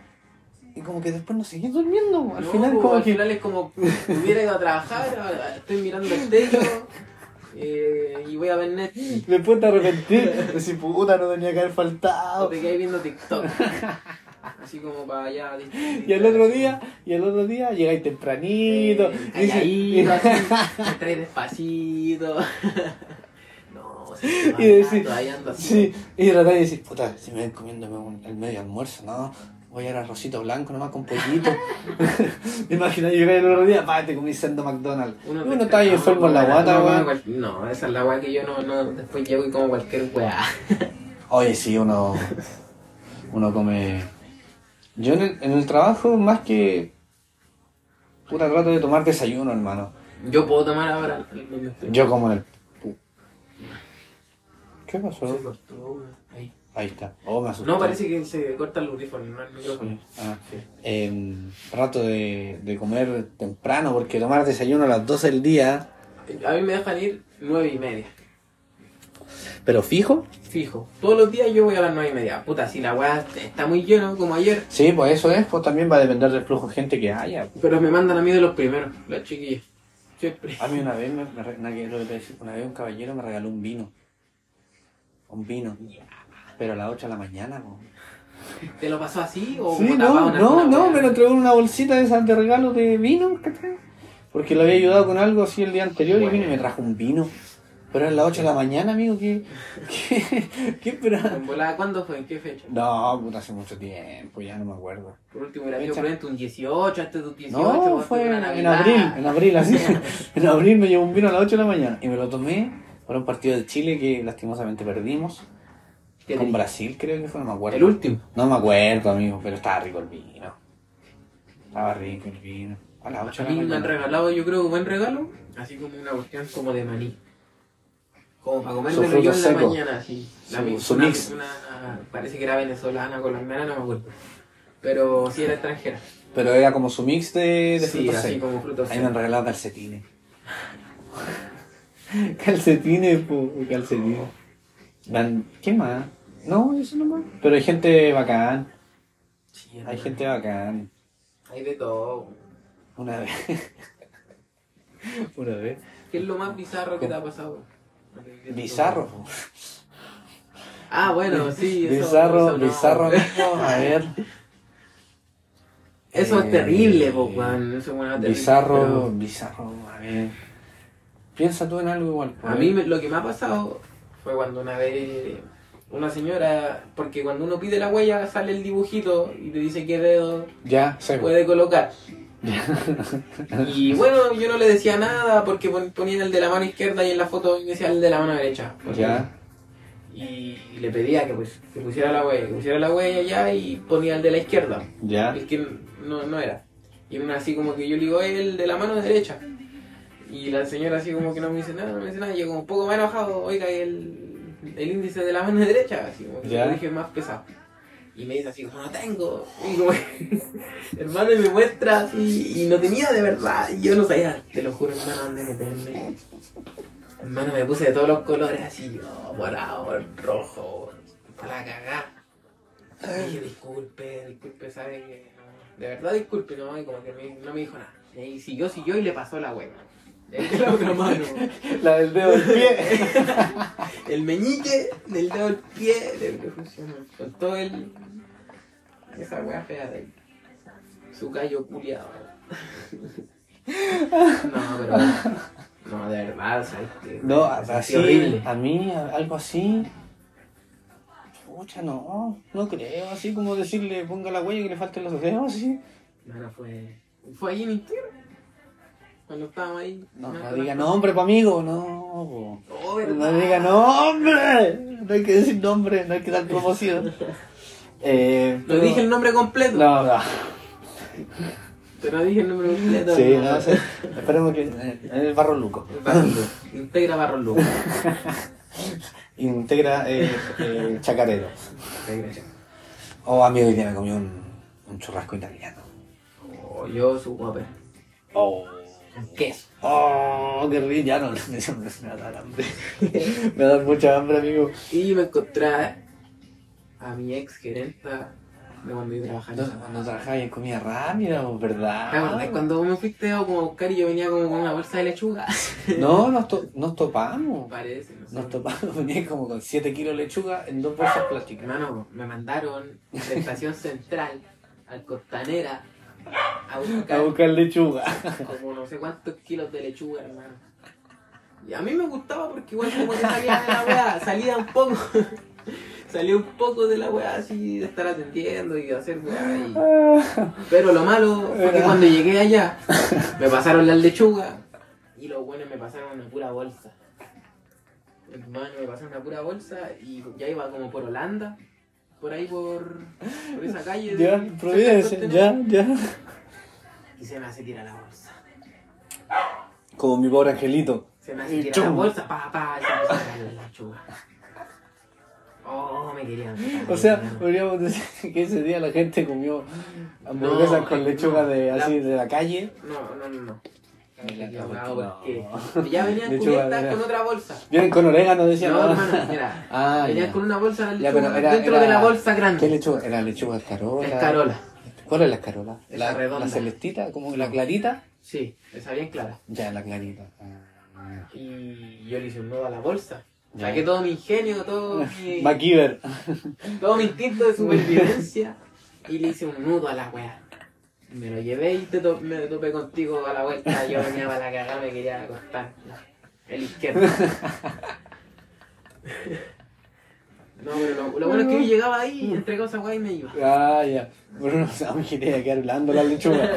Speaker 1: y como que después no seguís durmiendo. Al
Speaker 2: No,
Speaker 1: final,
Speaker 2: po,
Speaker 1: como
Speaker 2: al
Speaker 1: que.
Speaker 2: final es como hubiera ido a trabajar, ahora estoy mirando el techo
Speaker 1: (laughs)
Speaker 2: eh, y voy a ver Netflix.
Speaker 1: Después te arrepentí, decís, puta, no tenía que haber
Speaker 2: O
Speaker 1: faltado.
Speaker 2: te quedas viendo
Speaker 1: (laughs)
Speaker 2: TikTok. Así como para allá.
Speaker 1: Y al otro día, y al otro día llegáis tempranito. dices- (laughs)
Speaker 2: calladito, así, entré despacito. (laughs) no, sí,
Speaker 1: Y decir-
Speaker 2: todavía ando así.
Speaker 1: Sí, y tratar de decir, puta, si me ven comiéndome un- el medio almuerzo, ¿no? Voy a ir a arrocito blanco nomás con pollito. (laughs) Imagina llegar el otro día, pa, te comí sendo McDonald's. Y Uno, está ahí enfermo en la guata,
Speaker 2: no,
Speaker 1: weón.
Speaker 2: cual- No, esa es la guata que yo no, no, después llego y como cualquier weá.
Speaker 1: Oye, sí, uno, uno come... Yo en el, en el trabajo, más que... Puta, trato de tomar desayuno, hermano.
Speaker 2: Yo puedo tomar ahora donde estoy.
Speaker 1: Yo como en el... ¿Qué pasó?
Speaker 2: Se cortó, weón. Ahí.
Speaker 1: Ahí está. Oh, me asusté.
Speaker 2: No, parece que se corta el audífono, no el micrófono.
Speaker 1: Ah.
Speaker 2: Sí.
Speaker 1: em, trato de, de comer temprano porque tomar desayuno a las 12 del día,
Speaker 2: A mí me dejan ir nueve y media.
Speaker 1: pero fijo.
Speaker 2: Fijo. Todos los días yo voy a las nueve y media. Puta, si la weá está muy lleno, como ayer.
Speaker 1: Sí, pues eso es, pues también va a depender del flujo de gente que haya.
Speaker 2: Pero me mandan a mí de los primeros, las chiquillas. Siempre.
Speaker 1: A mí una vez, me, me re- na- que lo que te decía, una vez un caballero me regaló un vino. Un vino. Pero a las 8 de la mañana, po.
Speaker 2: ¿Te lo pasó así o
Speaker 1: Sí,
Speaker 2: como
Speaker 1: no,
Speaker 2: tapado en
Speaker 1: no,
Speaker 2: alguna
Speaker 1: no,
Speaker 2: weá?
Speaker 1: me lo entregó en una bolsita de esas de regalo de vino, ¿cachai? Porque lo había ayudado con algo así el día anterior y vino y me trajo un vino. Pero a las 8 de la mañana, amigo, ¿qué, qué, qué esperaba?
Speaker 2: (laughs) En volada, ¿Cuándo fue? ¿En qué fecha?
Speaker 1: No, puta, hace mucho tiempo, ya no me acuerdo.
Speaker 2: Por último, era yo
Speaker 1: Fecha.
Speaker 2: pronto un 18, antes de un 18.
Speaker 1: No,
Speaker 2: weón,
Speaker 1: fue
Speaker 2: tuve
Speaker 1: en,
Speaker 2: una
Speaker 1: en
Speaker 2: Navidad.
Speaker 1: abril, en abril,
Speaker 2: (laughs)
Speaker 1: así. (laughs) en abril me llevó un vino a las 8 de la mañana y me lo tomé para un partido de Chile que lastimosamente perdimos.
Speaker 2: ¿Qué
Speaker 1: Con
Speaker 2: te-
Speaker 1: Brasil creo que fue, no me acuerdo.
Speaker 2: El último.
Speaker 1: No me acuerdo, amigo, pero estaba rico el vino. Estaba rico el vino. A las 8
Speaker 2: A
Speaker 1: de la
Speaker 2: mí me han
Speaker 1: mañana.
Speaker 2: regalado, yo creo que buen regalo, así como una cuestión como de maní. Como para comer
Speaker 1: Su fruto
Speaker 2: yo en la
Speaker 1: seco.
Speaker 2: mañana, sí. La
Speaker 1: Su-
Speaker 2: mi-
Speaker 1: su
Speaker 2: una-
Speaker 1: mix.
Speaker 2: una- parece que era venezolana, colombiana, no me acuerdo. Pero sí era extranjera.
Speaker 1: Pero era como su mix de, de
Speaker 2: sí,
Speaker 1: frutas
Speaker 2: así
Speaker 1: secas.
Speaker 2: como frutos
Speaker 1: Ahí me han
Speaker 2: secos.
Speaker 1: regalado calcetines. (laughs) calcetines, po, calcetines. Me han- ¿Qué más? No, eso nomás. Pero hay gente bacán.
Speaker 2: Sí,
Speaker 1: Hay
Speaker 2: hermano.
Speaker 1: gente bacán.
Speaker 2: Hay de todo.
Speaker 1: Una vez. (laughs) Una vez.
Speaker 2: ¿Qué es lo más bizarro que te ha pasado?
Speaker 1: Bizarro. po.
Speaker 2: Ah, bueno, sí. Eso,
Speaker 1: bizarro,
Speaker 2: eso no.
Speaker 1: bizarro mismo. A ver.
Speaker 2: Eso
Speaker 1: Eh,
Speaker 2: es terrible, po, weón. Eso es una terrible,
Speaker 1: Bizarro,
Speaker 2: pero-
Speaker 1: bizarro. A ver. Piensa tú en algo igual. po.
Speaker 2: A mí me- lo que me ha pasado fue cuando una vez una señora, porque cuando uno pide la huella sale el dibujito y te dice qué dedo
Speaker 1: Ya, sé. po.
Speaker 2: puede (laughs) colocar. Y bueno, yo no le decía nada porque pon- ponían el de la mano izquierda y en la foto me decía el de la mano derecha.
Speaker 1: Ya.
Speaker 2: Y le pedía que, pues, que pusiera la huella, que pusiera la huella ya y ponía el de la izquierda.
Speaker 1: Ya.
Speaker 2: Es que no, no era. Y era una así como que yo le digo, el de la mano derecha. Y la señora así como que no me dice nada, no me dice nada. Y yo como un poco más enojado, oiga, ¿y el, el índice de la mano derecha, así como que
Speaker 1: Ya.
Speaker 2: lo dije más pesado. Y me dice así como, no tengo. Y como, (laughs) hermano, y me muestra así, y no tenía de verdad. Y yo no sabía, te lo juro, hermano, dónde meterme. Hermano, me puse de todos los colores, así, yo, morado, rojo, para la cagada. Y dije, disculpe, disculpe, sabe que no. De verdad, disculpe, no, y como que me- no me dijo nada. Y ahí siguió, siguió y le pasó la hueva. De ahí que la otra (laughs) mano.
Speaker 1: La del dedo del pie.
Speaker 2: El meñique del dedo del pie le, le funcionó. Con todo el. Esa wea fea de él. Su gallo culiado. No, pero. No, de verdad, o sea, este-
Speaker 1: (laughs) No,
Speaker 2: me sentí
Speaker 1: así,
Speaker 2: horrible.
Speaker 1: a mí, a- algo así. Pucha, no, no creo. Así como decirle, ponga la huella y que le falten los dedos, así.
Speaker 2: Bueno, fue. Fue ahí en Instagram. Cuando estábamos ahí.
Speaker 1: No,
Speaker 2: Una-
Speaker 1: no diga nombre, pa' amigo, no.
Speaker 2: Oh,
Speaker 1: po.
Speaker 2: ¿verdad?
Speaker 1: No diga nombre. No hay que decir nombre, no hay que dar (laughs) promoción. Eh,
Speaker 2: No dije el nombre completo.
Speaker 1: No, no.
Speaker 2: Te no dije el nombre completo.
Speaker 1: Sí, no sé. Esperemos que. eh, El barro luco.
Speaker 2: Barros Luco. Integra Barros Luco.
Speaker 1: Integra eh, eh, chacarero.
Speaker 2: Integra ya.
Speaker 1: Oh, amigo, hoy día me comí un, un churrasco italiano.
Speaker 2: Oh, yo su guape.
Speaker 1: Oh.
Speaker 2: Queso.
Speaker 1: Oh, qué rico, ya no, (laughs) me, me va a dar hambre. me va a dar mucha hambre, amigo.
Speaker 2: Y yo me encontré a mi ex gerenta de cuando yo trabajaba.
Speaker 1: Entonces, cuando trabajaba en comida rápida, pues, ¿verdad?
Speaker 2: ¿Te acordás cuando vos me fuiste o como a buscar y yo venía como con una bolsa de lechuga?
Speaker 1: No, nos, to- nos topamos.
Speaker 2: Parece, no sé.
Speaker 1: Nos topamos, venía como con 7 kilos de lechuga en dos bolsas plásticas.
Speaker 2: Hermano, me mandaron de Estación Central al Costanera a
Speaker 1: A
Speaker 2: buscar
Speaker 1: buscar
Speaker 2: (laughs)
Speaker 1: lechuga.
Speaker 2: como no sé cuántos kilos de lechuga, hermano. Y a mí me gustaba porque igual como que salía de la weá, salía un poco, (laughs) salía un poco de la weá así de estar atendiendo y de hacer weá. y- Pero lo malo fue que cuando llegué allá, me pasaron las lechugas y los buenos me pasaron una pura bolsa. Hermano, me pasaron una pura bolsa y ya iba como por Holanda, por ahí por, por esa calle. de-
Speaker 1: ya,
Speaker 2: cerca
Speaker 1: providencia,
Speaker 2: del
Speaker 1: ya, ya.
Speaker 2: Y se me hace tirar la bolsa.
Speaker 1: Como mi pobre angelito.
Speaker 2: Se me hace tirar la
Speaker 1: Chum.
Speaker 2: bolsa, pa, pa, y se me hace tirar la lechuga. Oh, me querían. matar,
Speaker 1: O sea,
Speaker 2: hermano.
Speaker 1: podríamos decir (laughs) que ese día la gente comió hamburguesas
Speaker 2: No,
Speaker 1: con
Speaker 2: no,
Speaker 1: lechuga de
Speaker 2: la-
Speaker 1: así de la calle.
Speaker 2: No, no, no, no.
Speaker 1: Me la cago,
Speaker 2: No, porque
Speaker 1: no.
Speaker 2: Ya venían
Speaker 1: Lechuga,
Speaker 2: cubiertas
Speaker 1: mira.
Speaker 2: con otra bolsa.
Speaker 1: Vienen con orégano, decían.
Speaker 2: No,
Speaker 1: ah. (laughs)
Speaker 2: hermano, mira.
Speaker 1: Ah,
Speaker 2: venían
Speaker 1: ya.
Speaker 2: con una bolsa
Speaker 1: Ya,
Speaker 2: de lechuga
Speaker 1: pero era-
Speaker 2: dentro
Speaker 1: era-
Speaker 2: de la bolsa
Speaker 1: ¿Qué
Speaker 2: grande.
Speaker 1: lechuga? Era lechuga escarola.
Speaker 2: Escarola.
Speaker 1: ¿Cuál es la escarola?
Speaker 2: Esa
Speaker 1: La,
Speaker 2: redonda.
Speaker 1: la celestita, como la clarita.
Speaker 2: Sí, esa bien clara.
Speaker 1: Ya, la clarita. Ah.
Speaker 2: Y yo le hice un nudo a la bolsa.
Speaker 1: Ya.
Speaker 2: Saqué todo mi
Speaker 1: (laughs)
Speaker 2: ingenio, todo mi,
Speaker 1: MacGyver.
Speaker 2: todo mi instinto de supervivencia (laughs) y le hice un nudo a la weá. Me lo llevé y te to- me topé contigo a la vuelta. Yo venía para la cagada, me quería acostar. El izquierdo. No, pero lo, lo bueno es que yo llegaba ahí, entregaba esa weá y me iba.
Speaker 1: Ah, ya. Bruno se me quería quedar hablando la
Speaker 2: (laughs)
Speaker 1: lechuga.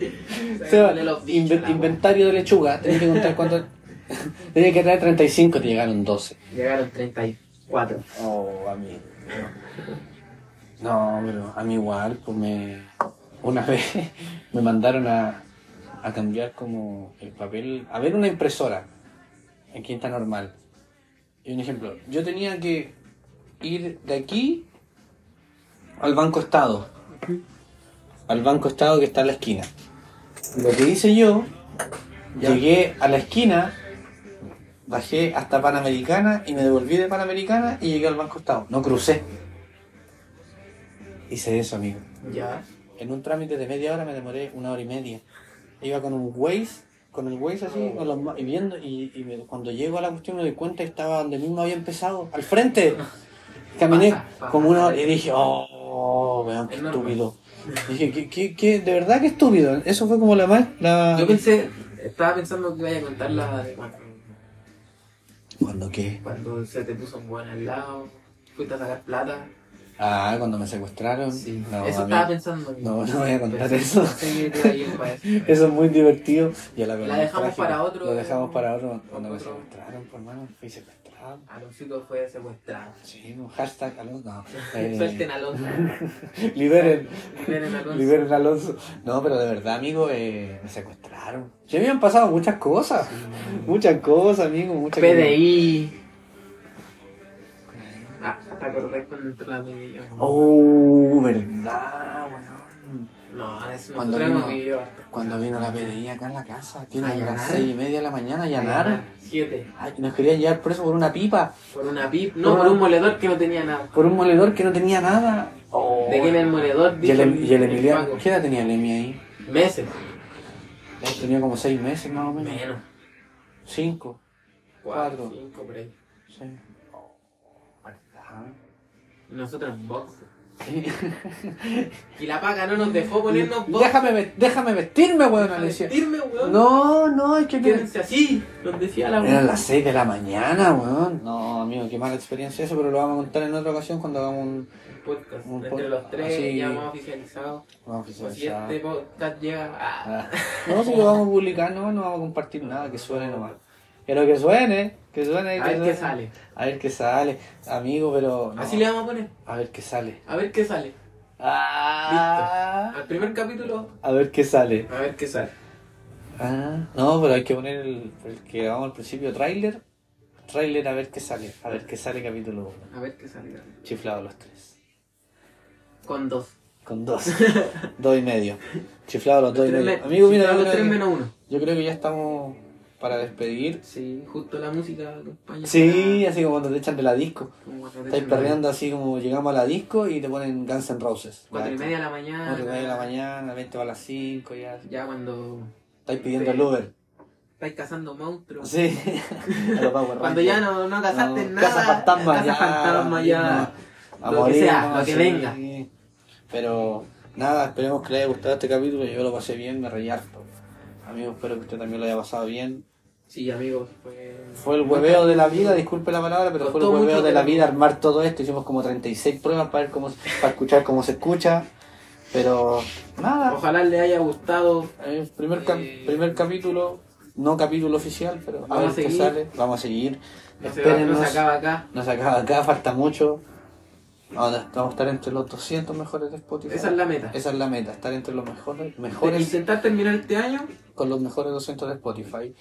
Speaker 1: Seba,
Speaker 2: Sacándole los bichos
Speaker 1: inven-
Speaker 2: a la weá.
Speaker 1: inventario de lechuga. Tenía que contar cuánto. (laughs) Tenía que traer 35, te llegaron 12.
Speaker 2: Llegaron 34.
Speaker 1: Oh, a mí. No, pero a mí igual, pues me. Una (laughs) vez me mandaron a, a cambiar como el papel. A ver, una impresora. en quinta normal. Y un ejemplo, yo tenía que ir de aquí al Banco Estado. Al Banco Estado que está en la esquina. Lo que hice yo,
Speaker 2: Ya.
Speaker 1: llegué a la esquina, bajé hasta Panamericana y me devolví de Panamericana y llegué al Banco Estado. No crucé. Hice eso, amigo.
Speaker 2: Ya.
Speaker 1: En un trámite de media hora me demoré una hora y media. Iba con un Waze, con el Waze así, con los ma- y viendo, y, y me- cuando llego a la cuestión me doy cuenta que estaba donde mismo había empezado, al frente. Caminé
Speaker 2: Pasa, pasa.
Speaker 1: como una hora y dije, oh, vean qué
Speaker 2: Es normal.
Speaker 1: estúpido. Dije, ¿qué, qué, qué? de verdad que estúpido. Eso fue como la más, la...
Speaker 2: Yo pensé, estaba pensando que vaya a contar la de cuando,
Speaker 1: ¿Cuándo qué?
Speaker 2: cuando se te puso un buen al lado, fuiste a sacar plata.
Speaker 1: Ah, cuando me secuestraron.
Speaker 2: Sí,
Speaker 1: No,
Speaker 2: eso
Speaker 1: a mí-
Speaker 2: estaba pensando.
Speaker 1: No, no voy a contar
Speaker 2: Pensé-
Speaker 1: eso.
Speaker 2: pensé que te iba a ir para eso.
Speaker 1: Eso es muy divertido. Ya la, verdad es
Speaker 2: dejamos
Speaker 1: trágico.
Speaker 2: para otro,
Speaker 1: Lo dejamos
Speaker 2: eh,
Speaker 1: para otro. Cuando me
Speaker 2: otro.
Speaker 1: secuestraron, por mano, fui secuestrado.
Speaker 2: Alonsito fue secuestrado.
Speaker 1: Sí, no, hashtag Alonso.
Speaker 2: (laughs)
Speaker 1: No, eh,
Speaker 2: Suelten a Alonso.
Speaker 1: liberen,
Speaker 2: Liberen a Alonso.
Speaker 1: liberen a Alonso. No, pero de verdad, amigo, eh, me secuestraron. Ya habían pasado muchas cosas. Muchas cosas, amigo. Muchas
Speaker 2: PDI. Ah, te acordé cuando entró la PDI.
Speaker 1: Oh, verdad, weón.
Speaker 2: No, eso
Speaker 1: Cuando
Speaker 2: nosotros hemos
Speaker 1: vino-
Speaker 2: vivido.
Speaker 1: Cuando vino la PDI acá en la casa, que era
Speaker 2: ¿A
Speaker 1: a las
Speaker 2: allanar?
Speaker 1: seis y media de la mañana, allanar.
Speaker 2: Ah, Siete.
Speaker 1: Ay, nos querían llevar preso por una pipa,
Speaker 2: Por una pip. No, por un moledor que no tenía nada.
Speaker 1: por un moledor que no tenía nada. Oh.
Speaker 2: ¿De quién es el moledor?
Speaker 1: Y el, em-
Speaker 2: Dijo
Speaker 1: y el Emiliano,
Speaker 2: Paco.
Speaker 1: ¿qué edad tenía el Emi ahí?
Speaker 2: Meses.
Speaker 1: Tenía como seis meses más o menos.
Speaker 2: Menos.
Speaker 1: Cinco.
Speaker 2: Cuatro,
Speaker 1: Cuatro.
Speaker 2: cinco por ahí.
Speaker 1: Sí.
Speaker 2: Nosotros en boxe. (laughs)
Speaker 1: Sí.
Speaker 2: Y la paga no nos dejó ponernos boxe.
Speaker 1: Déjame, ve- déjame vestirme, weón, le decía.
Speaker 2: Vestirme, weón.
Speaker 1: No, no, es que...
Speaker 2: Quédense así. Nos decía la
Speaker 1: Eran
Speaker 2: weón.
Speaker 1: las 6 de la mañana, weón. No, amigo, qué mala experiencia eso, pero lo vamos a contar en otra ocasión cuando hagamos un...
Speaker 2: Podcast.
Speaker 1: Un
Speaker 2: Entre
Speaker 1: pod-
Speaker 2: los tres,
Speaker 1: así. pues,
Speaker 2: ya más oficializado.
Speaker 1: Vamos a
Speaker 2: O si
Speaker 1: oficializar.
Speaker 2: este podcast llega. Ah,
Speaker 1: Ah. No, si lo vamos a publicar, no, no vamos a compartir nada, que suene nomás. Pero que suene, que suene. que
Speaker 2: a ver
Speaker 1: suene.
Speaker 2: qué sale.
Speaker 1: A ver qué sale, amigo, pero... no.
Speaker 2: Así le vamos a poner.
Speaker 1: A ver qué sale.
Speaker 2: A ver qué sale.
Speaker 1: Ah.
Speaker 2: Al primer capítulo,
Speaker 1: A ver qué sale.
Speaker 2: a ver qué sale.
Speaker 1: Ah, no, pero hay que poner el, el que grabamos al principio, tráiler. Tráiler a ver qué sale. A ver qué sale capítulo 1.
Speaker 2: A ver qué sale.
Speaker 1: Chiflado los tres.
Speaker 2: Con dos.
Speaker 1: Con
Speaker 2: (laughs)
Speaker 1: dos. dos y medio. Chiflado los dos y
Speaker 2: Tres
Speaker 1: medio.
Speaker 2: me-
Speaker 1: Amigo, mira,
Speaker 2: sí,
Speaker 1: yo
Speaker 2: los
Speaker 1: creo,
Speaker 2: tres
Speaker 1: que,
Speaker 2: menos uno.
Speaker 1: yo creo que ya estamos para despedir.
Speaker 2: Sí, justo la música acompaña.
Speaker 1: Sí, así como cuando te echan de la disco.
Speaker 2: Como cuando te
Speaker 1: Estáis
Speaker 2: echan la-
Speaker 1: perreando así como llegamos a la disco y te ponen Guns N' Roses.
Speaker 2: Cuatro y media de la mañana.
Speaker 1: Cuatro y media de la mañana, 20 para las 5 ya.
Speaker 2: Ya cuando
Speaker 1: Estáis pidiendo
Speaker 2: Sí.
Speaker 1: el Uber.
Speaker 2: estáis cazando monstruos.
Speaker 1: Sí. (laughs) A los Power
Speaker 2: Cuando ya
Speaker 1: Rangers.
Speaker 2: no, no cazaste
Speaker 1: No,
Speaker 2: nada.
Speaker 1: Casa fantasma
Speaker 2: Casa
Speaker 1: ya.
Speaker 2: fantasma ya.
Speaker 1: no, a
Speaker 2: Lo que
Speaker 1: morir,
Speaker 2: sea,
Speaker 1: no,
Speaker 2: lo que
Speaker 1: sí.
Speaker 2: venga.
Speaker 1: Pero nada, esperemos que les haya gustado este capítulo. Yo lo pasé bien, me reí harto. Amigos, espero que usted también lo haya pasado bien.
Speaker 2: Sí, amigos, fue.
Speaker 1: Fue el hueveo de la vida, disculpe la palabra, pero fue el
Speaker 2: Costó mucho,
Speaker 1: hueveo de la
Speaker 2: pero-
Speaker 1: vida armar todo esto. Hicimos como 36 pruebas para, ver cómo, para escuchar cómo se escucha. Pero nada,
Speaker 2: Ojalá le haya gustado.
Speaker 1: el primer, cap-
Speaker 2: Eh,
Speaker 1: primer capítulo, no capítulo oficial, pero a
Speaker 2: vamos
Speaker 1: ver
Speaker 2: a
Speaker 1: qué
Speaker 2: seguir.
Speaker 1: sale. Vamos a seguir.
Speaker 2: No se, va- no se
Speaker 1: Espérennos.
Speaker 2: acaba acá.
Speaker 1: Nos acaba acá, falta mucho. Ahora vamos a estar entre los 200 mejores de Spotify.
Speaker 2: Esa es la meta.
Speaker 1: Esa es la meta, estar entre los mejores,
Speaker 2: De
Speaker 1: mejores
Speaker 2: intentar terminar este año.
Speaker 1: con los mejores 200 de Spotify.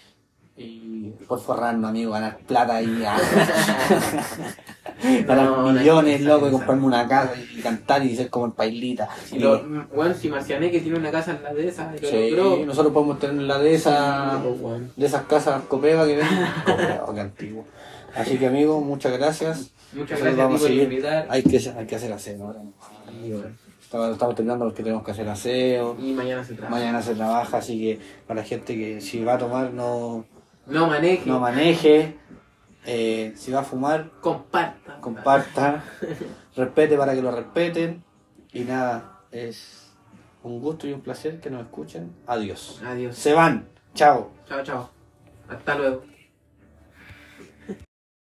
Speaker 1: Y por forrarnos, amigo, ganar plata ahí,
Speaker 2: (laughs)
Speaker 1: ah, ganar
Speaker 2: No, no
Speaker 1: millones,
Speaker 2: hay que
Speaker 1: loco, y
Speaker 2: pensar.
Speaker 1: comprarme una casa y cantar y ser como el pailita.
Speaker 2: Si lo, weón, si Marcianeque tiene una casa en la de esas, y lo
Speaker 1: Sí,
Speaker 2: logró.
Speaker 1: nosotros podemos tener la de esa
Speaker 2: Pues, weón.
Speaker 1: de esas casas copeva que
Speaker 2: (laughs)
Speaker 1: ven. Copeva, qué antiguo. Así que amigo, muchas gracias. Nosotros
Speaker 2: Muchas gracias a ti
Speaker 1: vamos a
Speaker 2: por
Speaker 1: seguir.
Speaker 2: invitar.
Speaker 1: Hay que, hay que hacer aseo ahora.
Speaker 2: Y, weón,
Speaker 1: Estamos, estamos terminando porque tenemos que hacer aseo.
Speaker 2: y mañana se trabaja.
Speaker 1: Mañana se trabaja, así que para la gente que si va a tomar no,
Speaker 2: No maneje.
Speaker 1: no maneje. Eh, si va a fumar,
Speaker 2: comparta.
Speaker 1: comparta. Respete para que lo respeten. Y nada, es un gusto y un placer que nos escuchen. Adiós.
Speaker 2: Adiós.
Speaker 1: Se van. Chao.
Speaker 2: Chao, chao. Hasta luego.